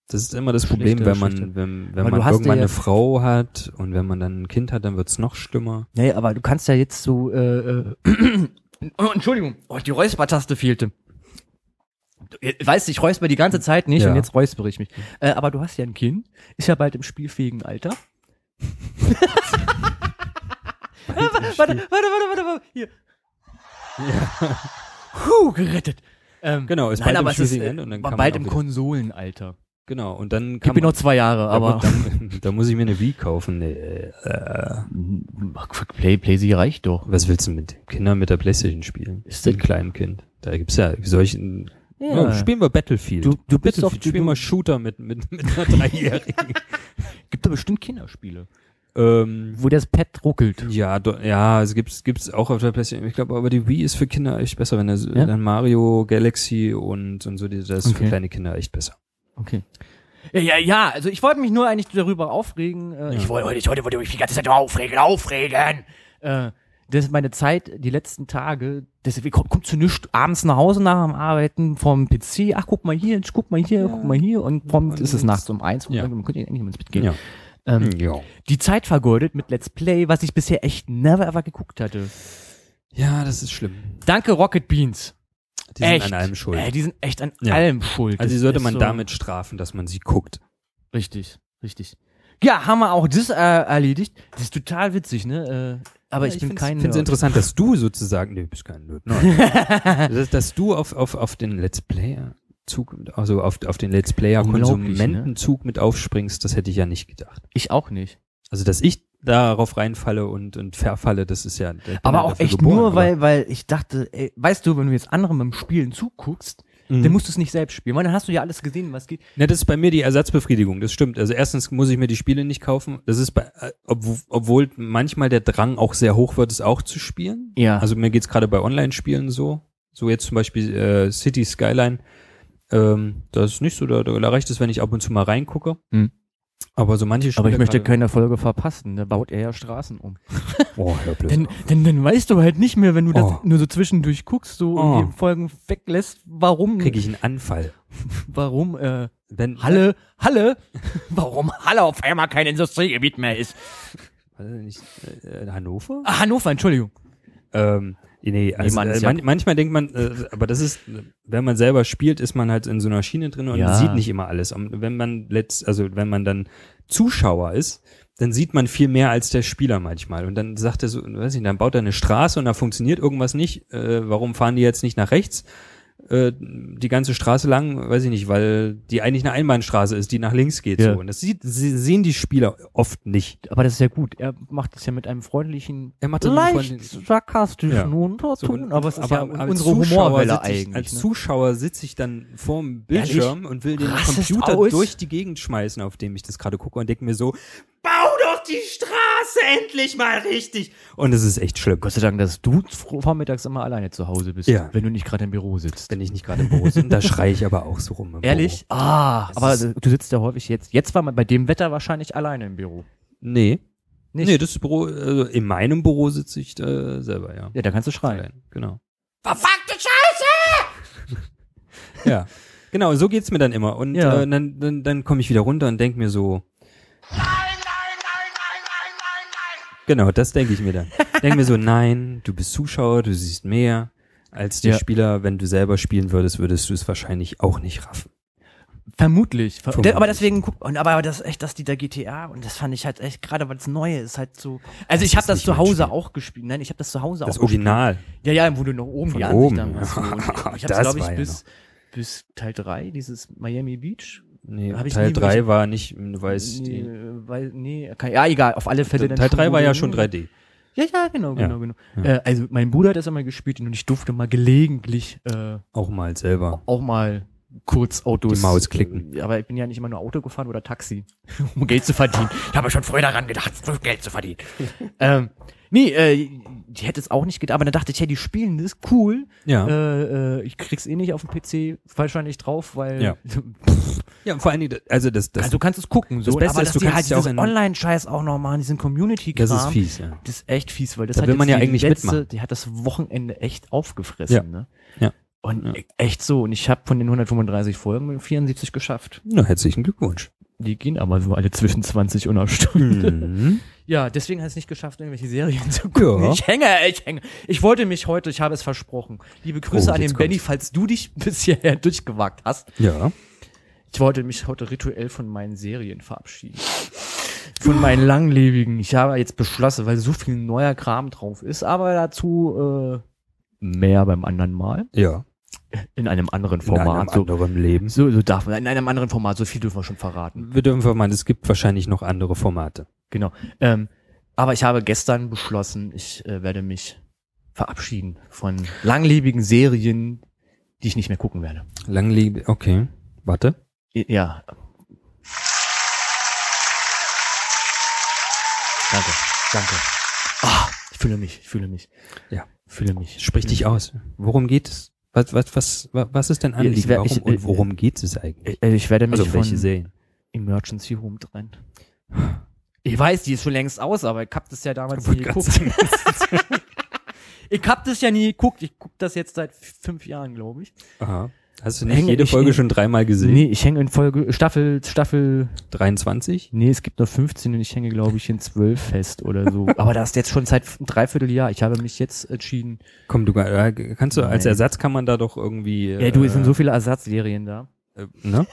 Das ist immer das Problem, Schlechte, wenn man, schlechte. wenn, Aber wenn du man hast irgendwann ja eine jetzt- Frau hat und wenn man dann ein Kind hat, dann wird's noch schlimmer. Nee, aber du kannst ja jetzt so, äh, [clears throat] äh, oh, Entschuldigung, oh, die Räuspertaste fehlte. Du- äh, Weißt du, ich räusper die ganze Zeit nicht Ja. und jetzt räuspere ich mich. Äh, aber du hast ja ein Kind, ist ja bald im [laughs] spielfähigen Alter. warte, warte, warte, warte, warte, hier. Huh, gerettet. Ähm, Genau, ist nein, bald aber im es ist Spiel- äh, und dann kann bald man im auch Konsolenalter. Genau, und dann Ich kann bin noch man, zwei Jahre, aber [laughs] dann, dann muss ich mir eine Wii kaufen. Nee, äh, Play, Play, sie reicht doch. was willst du mit Kindern mit der Playstation spielen? Ist mit das- einem kleinen Kind. Da gibt's ja solchen Oh, spielen wir Battlefield. Du- du bist Battlefield. doch- du- spielen wir Shooter mit mit [laughs] mit einer Dreijährigen. [laughs] Gibt da bestimmt Kinderspiele, ähm, wo das Pad ruckelt. Ja, do, ja, es gibt's gibt's auch auf der PlayStation. Ich glaube, aber die Wii ist für Kinder echt besser, wenn das Ja? dann Mario Galaxy und und so die, das ist für Okay. kleine Kinder echt besser. Okay. Ja, ja, ja, also ich wollte mich nur eigentlich darüber aufregen. Äh, Ich wollte heute, heute wollte ich mich die ganze Zeit nur aufregen, aufregen. Äh, das ist meine Zeit, die letzten Tage, deswegen kommt, kommt zu nichts, abends nach Hause nach dem Arbeiten vom PC, ach guck mal hier, guck mal hier, guck mal hier und vom, ist es nachts um eins, Ja. man könnte eigentlich mal ins Bett gehen. Ja. Hm. Ähm, Ja. Die Zeit vergeudet mit Let's Play, was ich bisher echt never ever geguckt hatte. ja, das ist schlimm. Danke Rocket Beans. Die echt. sind an allem schuld. Äh, die sind echt an Ja. allem schuld. also die Das sollte ist man so- damit strafen, dass man sie guckt. Richtig, richtig. Ja, haben wir auch das äh, erledigt. Das ist total witzig, ne? Äh, aber ich bin kein Ich finde es Nerd. interessant, dass du sozusagen, nee, du bist kein Nerd, nein. [laughs] dass, dass du auf, auf, auf den Let's Player Zug, also auf, auf den Let's Player Unglaublich, Konsumentenzug mit aufspringst, das hätte ich ja nicht gedacht. Ich auch nicht. Also, dass ich darauf reinfalle und, und verfalle, das ist ja. ich bin Aber ja auch halt dafür echt geboren, nur, aber- weil, weil ich dachte, ey, weißt du, wenn du jetzt anderen beim Spielen zuguckst, Mhm. dann musst du es nicht selbst spielen, weil dann hast du ja alles gesehen, was geht. Na, das ist bei mir die Ersatzbefriedigung, das stimmt. Also erstens muss ich mir die Spiele nicht kaufen. Das ist bei, äh, obw- obwohl manchmal der Drang auch sehr hoch wird, es auch zu spielen. Ja. Also mir geht's gerade bei Online-Spielen so. So jetzt zum Beispiel äh, City Skyline. Ähm, das ist nicht so, da, da reicht es, wenn ich ab und zu mal reingucke. Mhm. Aber so manche Spiele. aber ich möchte gerade- keine Folge verpassen, da baut er ja Straßen um. Oh, hör bloß Denn, auf. denn dann weißt du halt nicht mehr, wenn du das Oh. nur so zwischendurch guckst, so Oh. und die Folgen weglässt, warum, kriege ich einen Anfall. warum, äh, Wenn, Halle, [laughs] Halle, warum Halle auf einmal kein Industriegebiet mehr ist. Weiß ich nicht, äh, Hannover? Ah, Hannover, Entschuldigung. Ähm, nee, also, Mann, äh, ist ja- man, manchmal denkt man, äh, aber das ist, äh, wenn man selber spielt, ist man halt in so einer Schiene drin und Ja. sieht nicht immer alles. Und wenn man letzt, also wenn man dann Zuschauer ist, dann sieht man viel mehr als der Spieler manchmal. Und dann sagt er so, weiß ich, dann baut er eine Straße und da funktioniert irgendwas nicht. Äh, warum fahren die jetzt nicht nach rechts? Äh, die ganze Straße lang, weiß ich nicht, weil die eigentlich eine Einbahnstraße ist, die nach links geht. Ja. So. Und das sieht, sie, sehen die Spieler oft nicht. Aber das ist ja gut. Er macht es ja mit einem freundlichen, Er macht das mit einem leicht freundlichen- sarkastischen Ja. Unterton, und- aber es ist ja als unsere Zuschauer Humorwelle sitz ich, Als eigentlich. Ne? Zuschauer sitze ich dann vorm Bildschirm und will den Rassest Computer aus. durch die Gegend schmeißen, auf dem ich das gerade gucke und denke mir so, bau doch die Straße endlich mal richtig. Und es ist echt schlimm. Gott sei Dank, dass du fro- vormittags immer alleine zu Hause bist, Ja. wenn du nicht gerade im Büro sitzt. Wenn ich nicht gerade im Büro bin, [laughs] da schreie ich aber auch so rum. Im Ehrlich? Ah, aber ist- du sitzt ja häufig jetzt. Jetzt war man bei dem Wetter wahrscheinlich alleine im Büro. Büro. Nee. Nicht? Nee, das Büro, also in meinem Büro sitze ich äh, selber, ja. Ja, da kannst du schreien. Allein, Genau. Verfuckte Scheiße! [laughs] Ja. Genau, so geht's mir dann immer. Und Ja. äh, dann, dann, dann komme ich wieder runter und denke mir so, Nein, nein, nein, nein, nein, nein, nein! Genau, das denke ich mir dann. denke [laughs] mir so, nein, du bist Zuschauer, du siehst mehr als der Ja. Spieler. Wenn du selber spielen würdest, würdest du es wahrscheinlich auch nicht raffen. Vermutlich. Ver Vermutlich. Aber deswegen guck, und aber das echt, dass die da GTA und das fand ich halt echt gerade, weil es neu ist, halt so. Also ich habe das nicht zu mein Hause Spiel. auch gespielt. Nein, ich habe das zu Hause Das auch gespielt. Original. Ja, ja, wo du noch oben Von die Ansicht oben, damals. [laughs] ja. so. Und Ich Das hab's, glaube ich, war ja bis, bis Teil 3, dieses Miami Beach. Nee, Hab ich Teil nie 3 war nicht, du weißt, Nee, die, äh, weil, nee, kann, ja, egal, auf alle Fälle dann Teil schon, 3 wo war du- ja schon 3D. Ja, ja, genau, Ja. genau, genau. Äh, also mein Bruder hat das einmal gespielt und ich durfte mal gelegentlich äh, Auch mal selber. auch mal kurz Autos. Die Maus klicken. Äh, Aber ich bin ja nicht immer nur Auto gefahren oder Taxi, [laughs] um Geld zu verdienen. Ich habe schon früher daran gedacht, Geld [laughs] zu verdienen. ähm, nee, äh, ich hätte es auch nicht gedacht, aber dann dachte ich, hey, die spielen das cool. Ja. Äh, äh, ich krieg's eh nicht auf dem PC, wahrscheinlich drauf, weil Ja. Ja, und vor allen Dingen, also das, das, [laughs] also du kannst es gucken. So, Das Beste aber ist, dass du die kannst halt ja auch in- diesen Online-Scheiß auch noch machen, diesen Community-Kram. das ist fies, ja. Das ist echt fies, weil das Da hat will jetzt man ja die eigentlich letzte, mitmachen. Die hat das Wochenende echt aufgefressen. Ja. Ne? Ja. Und Ja. echt so. Und ich habe von den 135 Folgen 74 geschafft. Na, herzlichen Glückwunsch. Die gehen aber so alle zwischen 20 und einer Stunde. Mhm. [laughs] Ja, deswegen hat es nicht geschafft, irgendwelche Serien zu gucken. Ja. Ich hänge, ich hänge. Ich wollte mich heute, ich habe es versprochen. Liebe Grüße Oh, an jetzt den Benny, kommt's. falls du dich [laughs] bis hierher durchgewagt hast. [laughs] Ja. Ich wollte mich heute rituell von meinen Serien verabschieden. Von meinen langlebigen. Ich habe jetzt beschlossen, weil so viel neuer Kram drauf ist, aber dazu äh, mehr beim anderen Mal. Ja. In einem anderen In einem Format. so, anderen Leben. so, so darf man. In einem anderen Format, so viel dürfen wir schon verraten. Wir dürfen vermeiden, es gibt wahrscheinlich noch andere Formate. Genau. Ähm, aber ich habe gestern beschlossen, ich äh, werde mich verabschieden von langlebigen Serien, die ich nicht mehr gucken werde. Langlebe, okay. Warte. I- Ja. Danke, danke. Ah, ich fühle mich, ich fühle mich. Ja. Ich fühle mich. Sprich dich aus. Worum geht es? Was, was, was, wa- was ist denn Anliegen? ich wär- Warum, ich- und worum geht es eigentlich? Ich, also ich werde mich Also welche von Serien? Emergency Room trennen. Ich weiß, die ist schon längst aus, aber ich hab das ja damals Wollte nie grad geguckt. [laughs] ich hab das ja nie geguckt. Ich guck das jetzt seit f- fünf Jahren, glaube ich. Aha. Hast du nicht Hänge jede ich Folge in- schon dreimal gesehen? Nee, ich hänge in Folge, Staffel, Staffel 23? Nee, es gibt nur 15 und ich hänge, glaube ich, in 12 fest oder so. [laughs] Aber das ist jetzt schon seit einem Dreivierteljahr. Ich habe mich jetzt entschieden. Komm, du äh, kannst du als Nein. Ersatz kann man da doch irgendwie. Ja, du, es sind so viele Ersatzserien da. äh, [laughs] ne?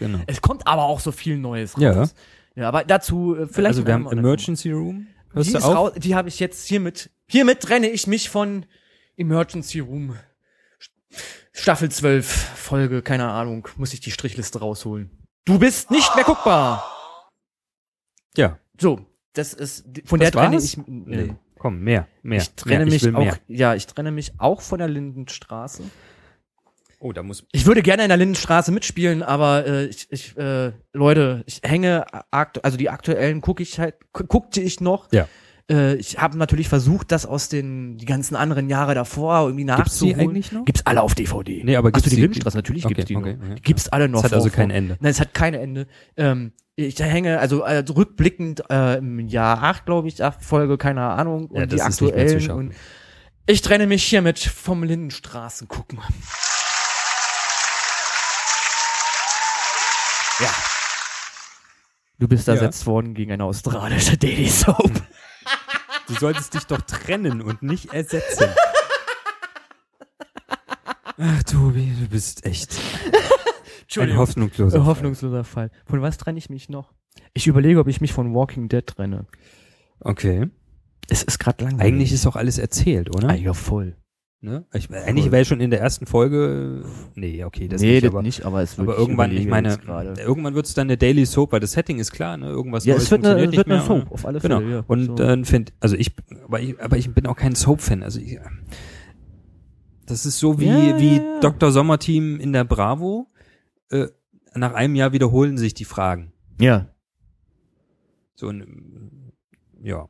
Genau. äh, Es kommt aber auch so viel Neues Ja. raus. Ja, aber dazu äh, vielleicht. also in wir einem haben anderen Emergency Room. Mal. Hörst Die, du ist auf? raus, die habe ich jetzt hiermit. Hiermit trenne ich mich von Emergency Room. Staffel 12, Folge, keine Ahnung. Muss ich die Strichliste rausholen. Du bist nicht mehr guckbar. Ja. So, das ist. Von Das der trenne war's? ich. Nee. Komm, mehr, mehr. Ich trenne mehr, ich mich will auch, Mehr. ja, ich trenne mich auch von der Lindenstraße. Oh, da muss. Ich würde gerne in der Lindenstraße mitspielen, aber äh, ich, ich äh, Leute, ich hänge aktu- also die aktuellen gucke ich halt gu- guckte ich noch. Ja. Äh, ich habe natürlich versucht, das aus den die ganzen anderen Jahre davor irgendwie Gibt's die nachzuholen. eigentlich noch? Gibt's alle auf DVD. Nee, aber Hast du gibt's die die- Lindenstraße? Natürlich Okay, gibt's die. okay, noch. okay, ja. Die gibt's alle noch. Es hat also vor- kein vor- Ende. Nein, es hat kein Ende. Ähm, ich hänge, also äh, rückblickend äh, im Jahr 8, glaube ich, acht Folge, keine Ahnung, und Ja, die das ist nicht mehr zu aktuellen. schaffen. Und ich trenne mich hiermit vom Lindenstraßen gucken. Ja. Du bist Ja. ersetzt worden gegen eine australische Daily Soap. Du solltest dich doch trennen und nicht ersetzen. [laughs] Ach, Tobi, du bist echt ein hoffnungsloser. Äh, Hoffnungsloser Fall. Von was trenne ich mich noch? Ich überlege, ob ich mich von Walking Dead trenne. Okay. Es ist gerade langweilig. Eigentlich ist doch alles erzählt, oder? Ah, ja, voll. Ne? Ich, eigentlich wäre schon in der ersten Folge. Nee, okay, das Äh, nee, nicht, das aber, nicht, aber es wird aber irgendwann, ich meine, Gerade. irgendwann wird es dann eine Daily Soap, weil das Setting ist klar, ne? Irgendwas Ja, Neues es wird eine, funktioniert es wird nicht eine mehr. oder? Soap, auf alle Fälle. Genau. Ja. Und so. dann finde also ich aber, ich, aber ich bin auch kein Soap-Fan. Also ich, das ist so wie, Ja, wie ja, ja. Dr. Sommerteam in der Bravo. Äh, nach einem Jahr wiederholen sich die Fragen. ja. So ein, ja.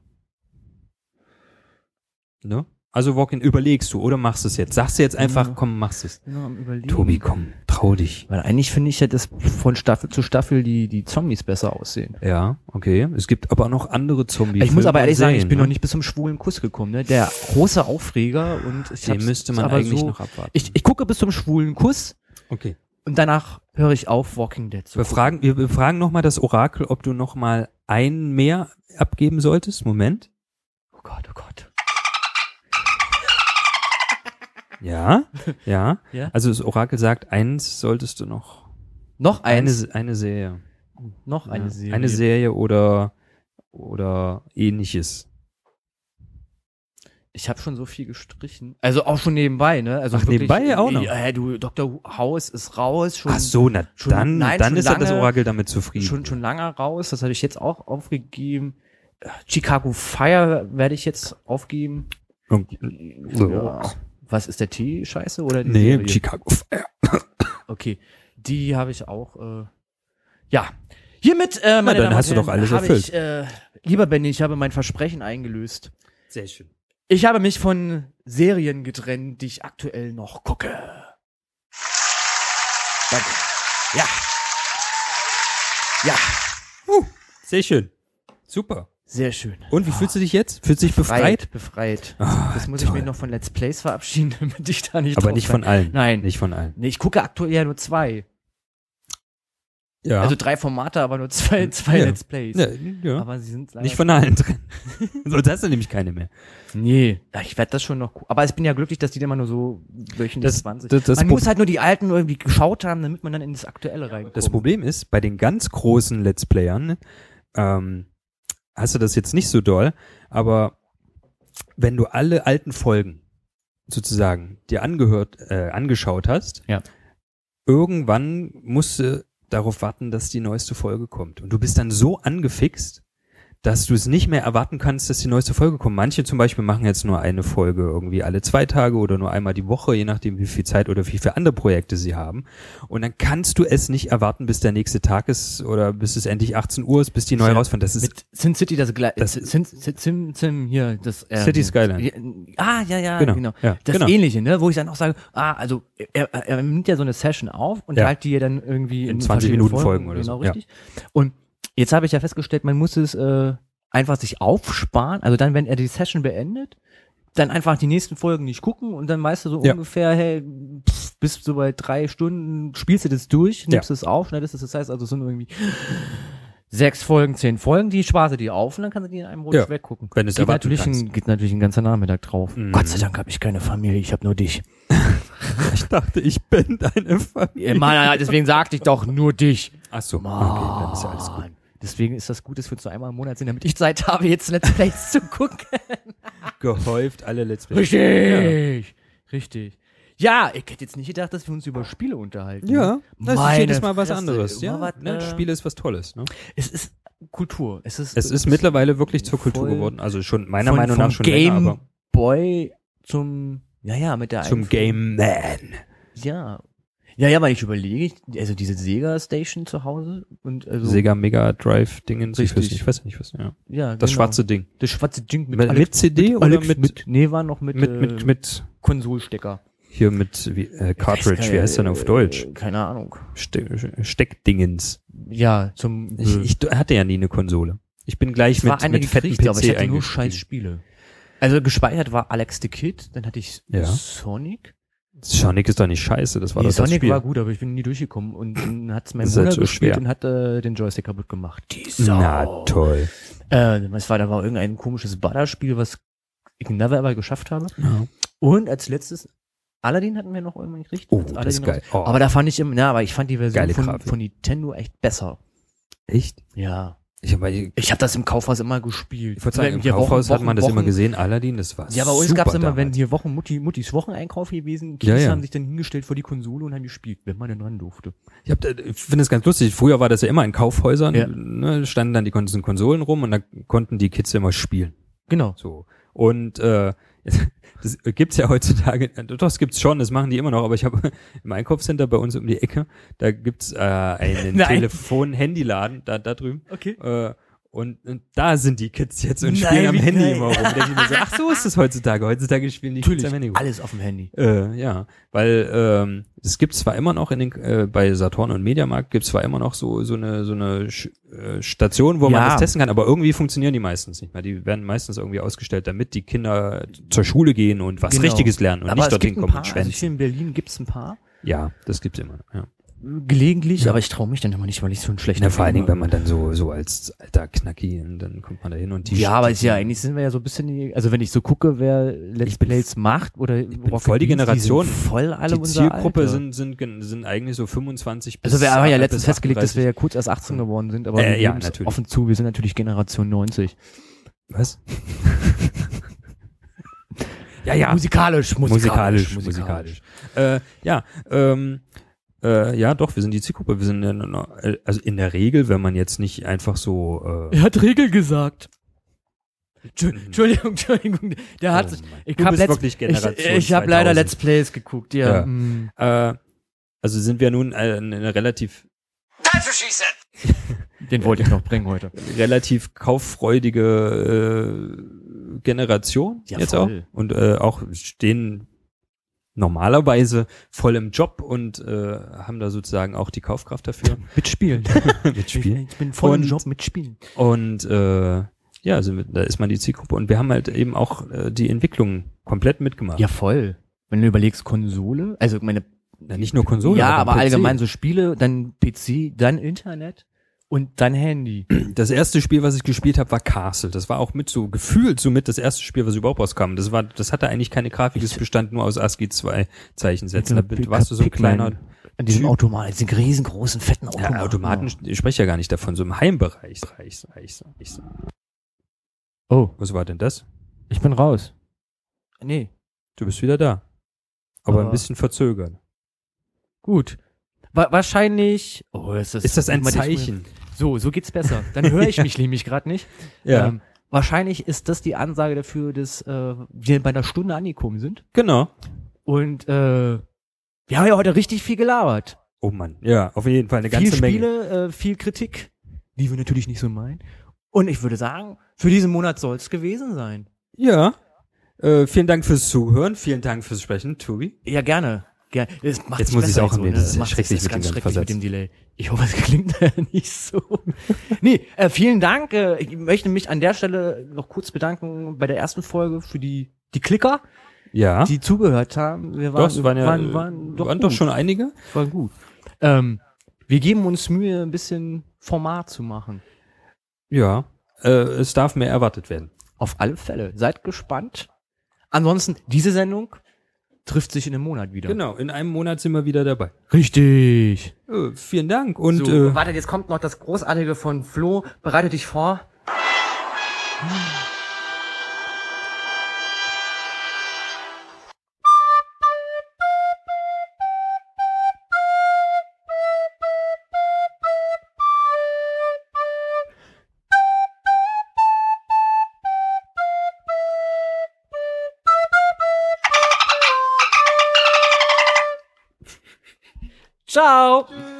Ne? Also, Walkin, überlegst du oder machst es jetzt? Sagst du jetzt einfach, Ja. komm, machst es. Bin noch Genau, am Überlegen. Tobi, komm, trau dich. Weil eigentlich finde ich ja, dass von Staffel zu Staffel die, die Zombies besser aussehen. Ja, okay. Es gibt aber noch andere Zombies. ich muss aber ehrlich sagen, ne? ich bin noch nicht bis zum schwulen Kuss gekommen. Ne? Der große Aufreger und ich Den hab's müsste man aber eigentlich so, noch abwarten. Ich, ich gucke bis zum schwulen Kuss okay. und danach höre ich auf, Walking Dead zu Wir fragen, wir befragen nochmal das Orakel, ob du nochmal ein mehr abgeben solltest. Moment. gucken. Oh Gott, oh Gott. Ja, [laughs] ja. Ja? Also das Orakel sagt, eins solltest du noch. Noch Eine, eine, Se- eine Serie. noch eine ja. Serie. Eine Serie oder, oder ähnliches. Ich habe schon so viel gestrichen. Also auch schon nebenbei, ne? Also Ach, nebenbei auch noch? Äh, du, Dr. House ist raus. Schon, Ach so, na schon- dann, nein, dann schon ist ja das lange- Orakel damit zufrieden. schon, schon lange raus. Das habe ich jetzt auch aufgegeben. Äh, Chicago Fire werde ich jetzt aufgeben. Ja. Was ist der Tee? Scheiße? Oder die Nee, Serie? Chicago Fire. Okay. Die habe ich auch. Äh, ja. Hiermit, äh, meine dann Damen hast und du doch Herren, alles habe erfüllt. Ich, äh, lieber Benny, ich habe mein Versprechen eingelöst. Sehr schön. Ich habe mich von Serien getrennt, die ich aktuell noch gucke. Danke. Ja. Ja. Sehr schön. Super. Sehr schön. Und wie fühlst du dich jetzt? Fühlst du dich befreit? Ah. Befreit. Ah, das muss ich toll. mir noch von Let's Plays verabschieden, [laughs] damit ich da nicht Aber drauf nicht sein- von allen. Nein. Nicht von allen. Nee, ich gucke aktuell ja nur zwei. Ja. Also drei Formate, aber nur zwei, zwei Ja. Let's Plays. ja, ja. Aber sie sind leider Ne? Nicht von allen drin. [laughs] Sonst hast du nämlich keine mehr. Nee, ja, ich werde das schon noch. gu- Aber ich bin ja glücklich, dass die immer nur so wöchentlich Das- 20. das- das man Pro- muss halt nur die alten irgendwie geschaut haben, damit man dann in das Aktuelle reinkommt. Das Problem ist, bei den ganz großen Let's Playern, ähm, hast du das jetzt nicht so doll, aber wenn du alle alten Folgen sozusagen dir angehört, äh, angeschaut hast, Ja. irgendwann musst du darauf warten, dass die neueste Folge kommt. Und du bist dann so angefixt, dass du es nicht mehr erwarten kannst, dass die neueste Folge kommt. Manche zum Beispiel machen jetzt nur eine Folge irgendwie alle zwei Tage oder nur einmal die Woche, je nachdem, wie viel Zeit oder wie viele andere Projekte sie haben. Und dann kannst du es nicht erwarten, bis der nächste Tag ist oder bis es endlich 18 Uhr ist, bis die neue Ja, rauskommt. Das ist Mit Sin City das gleiche. Das- Sin, Sin, Sin, Sin, hier, das. ähm, City Skyline. ja, Ah, ja, ja, Genau, genau. ja, das genau. ähnliche, ne? Wo ich dann auch sage, ah, also er, er, er nimmt ja so eine Session auf und Ja. teilt die ja dann irgendwie In 20 verschiedene Minuten Folgen oder genau, so, ja. Richtig. Und jetzt habe ich ja festgestellt, man muss es äh, einfach sich aufsparen. Also dann, wenn er die Session beendet, dann einfach die nächsten Folgen nicht gucken und dann weißt du so Ja. ungefähr, hey, pff, bist du bei drei Stunden, spielst du das durch, nimmst Ja. es auf, schneidest es. Das heißt also, es sind irgendwie sechs Folgen, zehn Folgen, die sparst du dir auf und dann kannst du die in einem Rutsch Ja. weggucken. Wenn du es geht erwarten natürlich, ein, kannst. geht natürlich ein ganzer Nachmittag drauf. Mhm. Gott sei Dank habe ich keine Familie, ich habe nur dich. [laughs] Ich dachte, ich bin deine Familie. Äh, Mann, deswegen sagte ich doch nur dich. Ach so, okay, dann ist ja alles gut. Mann. Deswegen ist das gut, dass wir uns nur einmal im Monat sehen, damit ich Zeit habe, jetzt Let's Plays [laughs] zu gucken. Gehäuft alle Let's Plays. Richtig. Richtig. Ja, ich hätte jetzt nicht gedacht, dass wir uns über Spiele unterhalten. Ja, das ist Meine jedes Mal was Fresse, anderes. Ja, immer was, ne, äh, Spiel ist was Tolles. Ne? Es ist Kultur. Es ist, Es ist mittlerweile wirklich zur Kultur voll- geworden. Also schon meiner von- Meinung vom nach schon Game länger, aber Boy zum, ja, ja, mit der zum Einführung. Game Man. Ja. Ja, ja, weil ich überlege, ich- also diese Sega Station zu Hause und also Sega Mega Drive Dingen. Ich weiß Richtig. nicht, ich weiß nicht was. Ja. ja, Das genau. schwarze Ding. das schwarze Ding mit Mit, Alex- mit CD oder Alex- mit mit nee, war noch mit mit, äh, mit, mit Konsolstecker. hier mit wie, äh, Cartridge. Wie heißt denn auf Äh, Deutsch? Keine Ahnung. Ste Steckdingens. Ja, zum Ich, ich hatte ja nie eine Konsole. Ich bin gleich ich Äh, war mit, eine mit fetten gekriegt, PC aber ich hatte nur eingestiegen. scheiß Spiele. Also gespeichert war Alex the Kid, dann hatte ich Ja. Sonic. Sonic ist doch nicht scheiße. Das war nee, doch das Sonic Spiel. war gut, aber ich bin nie durchgekommen und dann hat's mein Das ist halt Bruder so gespielt schwer. und hat äh, den Joystick kaputt gemacht. Die Sau. Na toll. Äh, was war, da war irgendein komisches Ballerspiel, was ich never ever geschafft habe. Ja. Und als letztes, Aladdin hatten wir noch irgendwann gekriegt. Oh, als das Aladdin ist geil. raus- Oh, Aber da fand ich, im- na, aber ich fand die Version Geile von, Grafik. von Nintendo echt besser. echt? Ja. Ich habe Ich habe das im Kaufhaus immer gespielt. Ich wollte sagen, im Hier Kaufhaus Wochen- hat man das Wochen- immer gesehen. Aladdin, das war Ja, bei uns super gab's immer, wenn damals. hier Wochen Mutti, Muttis Wocheneinkauf gewesen, Ja, Kids ja. haben sich dann hingestellt vor die Konsole und haben gespielt, wenn man denn ran durfte. Ich, hab da- ich finde es ganz lustig. Früher war das ja immer in Kaufhäusern. Ja. Ne, standen dann die ganzen Konsolen rum und da konnten die Kids immer spielen. Genau. So. Und äh, [laughs] das gibt's ja heutzutage, doch, das gibt's schon, das machen die immer noch, aber ich habe [laughs] im Einkaufscenter bei uns um die Ecke, da gibt's äh, einen [laughs] Nein. Telefon-Handyladen, da, da drüben. Okay. Äh, und, und da sind die Kids jetzt und Nein, spielen am wie Handy geil. immer rum. Da denk ich mir so, ach, so ist es heutzutage. Heutzutage spielen die Kids am Handy rum. Natürlich, alles auf dem Handy. Äh, ja, weil ähm, es gibt zwar immer noch in den äh, bei Saturn und Mediamarkt gibt es zwar immer noch so so eine so eine Sch äh, Station, wo man Ja. das testen kann, aber irgendwie funktionieren die meistens nicht mehr. Die werden meistens irgendwie ausgestellt, damit die Kinder zur Schule gehen und was Genau. Richtiges lernen und aber nicht es dorthin gibt ein kommen paar, und also hier schwänzen. in Berlin gibt's ein paar. Ja, das gibt's immer. Ja. Gelegentlich, aber ich traue mich dann immer nicht, weil ich so ein schlechter Na, vor allen Film Dingen, wenn man bin. dann so so als alter Knacki und dann kommt man da hin und die Ja, aber ist ja eigentlich sind wir ja so ein bisschen, die, also wenn ich so gucke, wer Let's Plays macht oder Rocket voll die Beans, Generation. die sind voll alle die unser Zielgruppe Alter. sind sind gen- sind eigentlich so 25 bis Also wir haben ja bis letztens festgelegt, dass 38. wir ja kurz erst 18 geworden sind, aber Äh, wir ja, geben's natürlich. offen zu, wir sind natürlich Generation 90. was? [laughs] ja, ja. Musikalisch, musikalisch, musikalisch. Äh, ja, ähm, äh, ja, doch, wir sind die Zielgruppe. Wir sind in, einer- also in der Regel, wenn man jetzt nicht einfach so. Äh, Er hat Regel gesagt. Entschu- Entschuldigung, Entschuldigung. Der [laughs] hat oh sich. Mann. Ich du hab bist letzt- wirklich Generation. ich ich habe leider Let's 2000. Plays geguckt, Ja. ja. Mm. Äh, also sind wir nun äh, in einer relativ That's what she said. [laughs] Den wollte ich noch bringen heute. relativ kauffreudige äh, Generation Ja, jetzt voll. auch und äh, auch stehen normalerweise voll im Job und äh, haben da sozusagen auch die Kaufkraft dafür [laughs] Mitspielen. mitspielen. Ich bin voll im Und- Job mitspielen. Und äh, ja, also da ist man die Zielgruppe. Und wir haben halt eben auch äh, die Entwicklung komplett mitgemacht. Ja, voll. Wenn du überlegst, Konsole, also ich meine, Na, nicht nur Konsole. ja, auch aber PC. allgemein so Spiele, dann PC, dann Internet und dann [clears throat] Handy. Das erste Spiel, was ich gespielt habe, war Castle. Das war auch mit so gefühlt somit das erste Spiel, was überhaupt rauskam. Das war, das hatte eigentlich keine Grafik. Es bestand nur aus ASCII 2 Zeichensätzen. Da bin- warst du so ein kleiner An diesem Typ. Automat, diesen riesengroßen, fetten Automaten. ja, Automaten. Ich spreche ja gar nicht davon. So im Heimbereich. Reich, reich, reich. Oh, Was war denn das? ich bin raus. Nee, Du bist wieder da. Aber ein Aber- bisschen verzögert. gut. Wa wahrscheinlich. Oh, ist das, Ist das ein Moment, ich muss- Zeichen? So, so geht's besser. Dann höre ich [laughs] mich nämlich gerade nicht. Ja. Ähm, wahrscheinlich ist das die Ansage dafür, dass äh, wir bei einer Stunde angekommen sind. Genau. Und äh, wir haben ja heute richtig viel gelabert. Oh Mann. Ja, auf jeden Fall eine viel ganze Menge. Spiele, äh, viel Kritik, die wir natürlich nicht so meinen. Und ich würde sagen, für diesen Monat soll's gewesen sein. Ja. Äh, vielen Dank fürs Zuhören. Vielen Dank fürs Sprechen, Tobi. Ja, gerne. gerne. Es macht Jetzt sich muss ich's besser auch jetzt annehmen. ne? Das ist Macht- schrecklich das mit dem ganz ganzen schrecklich mit Versatz. dem Delay. Ich hoffe, es [laughs] klingt nicht so. nee, äh, vielen Dank. Äh, ich möchte mich an der Stelle noch kurz bedanken bei der ersten Folge für die, die Klicker, Ja. die zugehört haben. Wir waren, es waren ja, waren, äh, waren doch, waren doch gut. schon einige. Waren gut. Ähm, wir geben uns Mühe, ein bisschen Format zu machen. Ja. Äh, es darf mehr erwartet werden. Auf alle Fälle. Seid gespannt. Ansonsten, diese Sendung trifft sich in einem Monat wieder. Genau. In einem Monat sind wir wieder dabei. Richtig. Äh, vielen Dank. Und So, äh, warte, jetzt kommt noch das Großartige von Flo. Bereite dich vor. Ciao.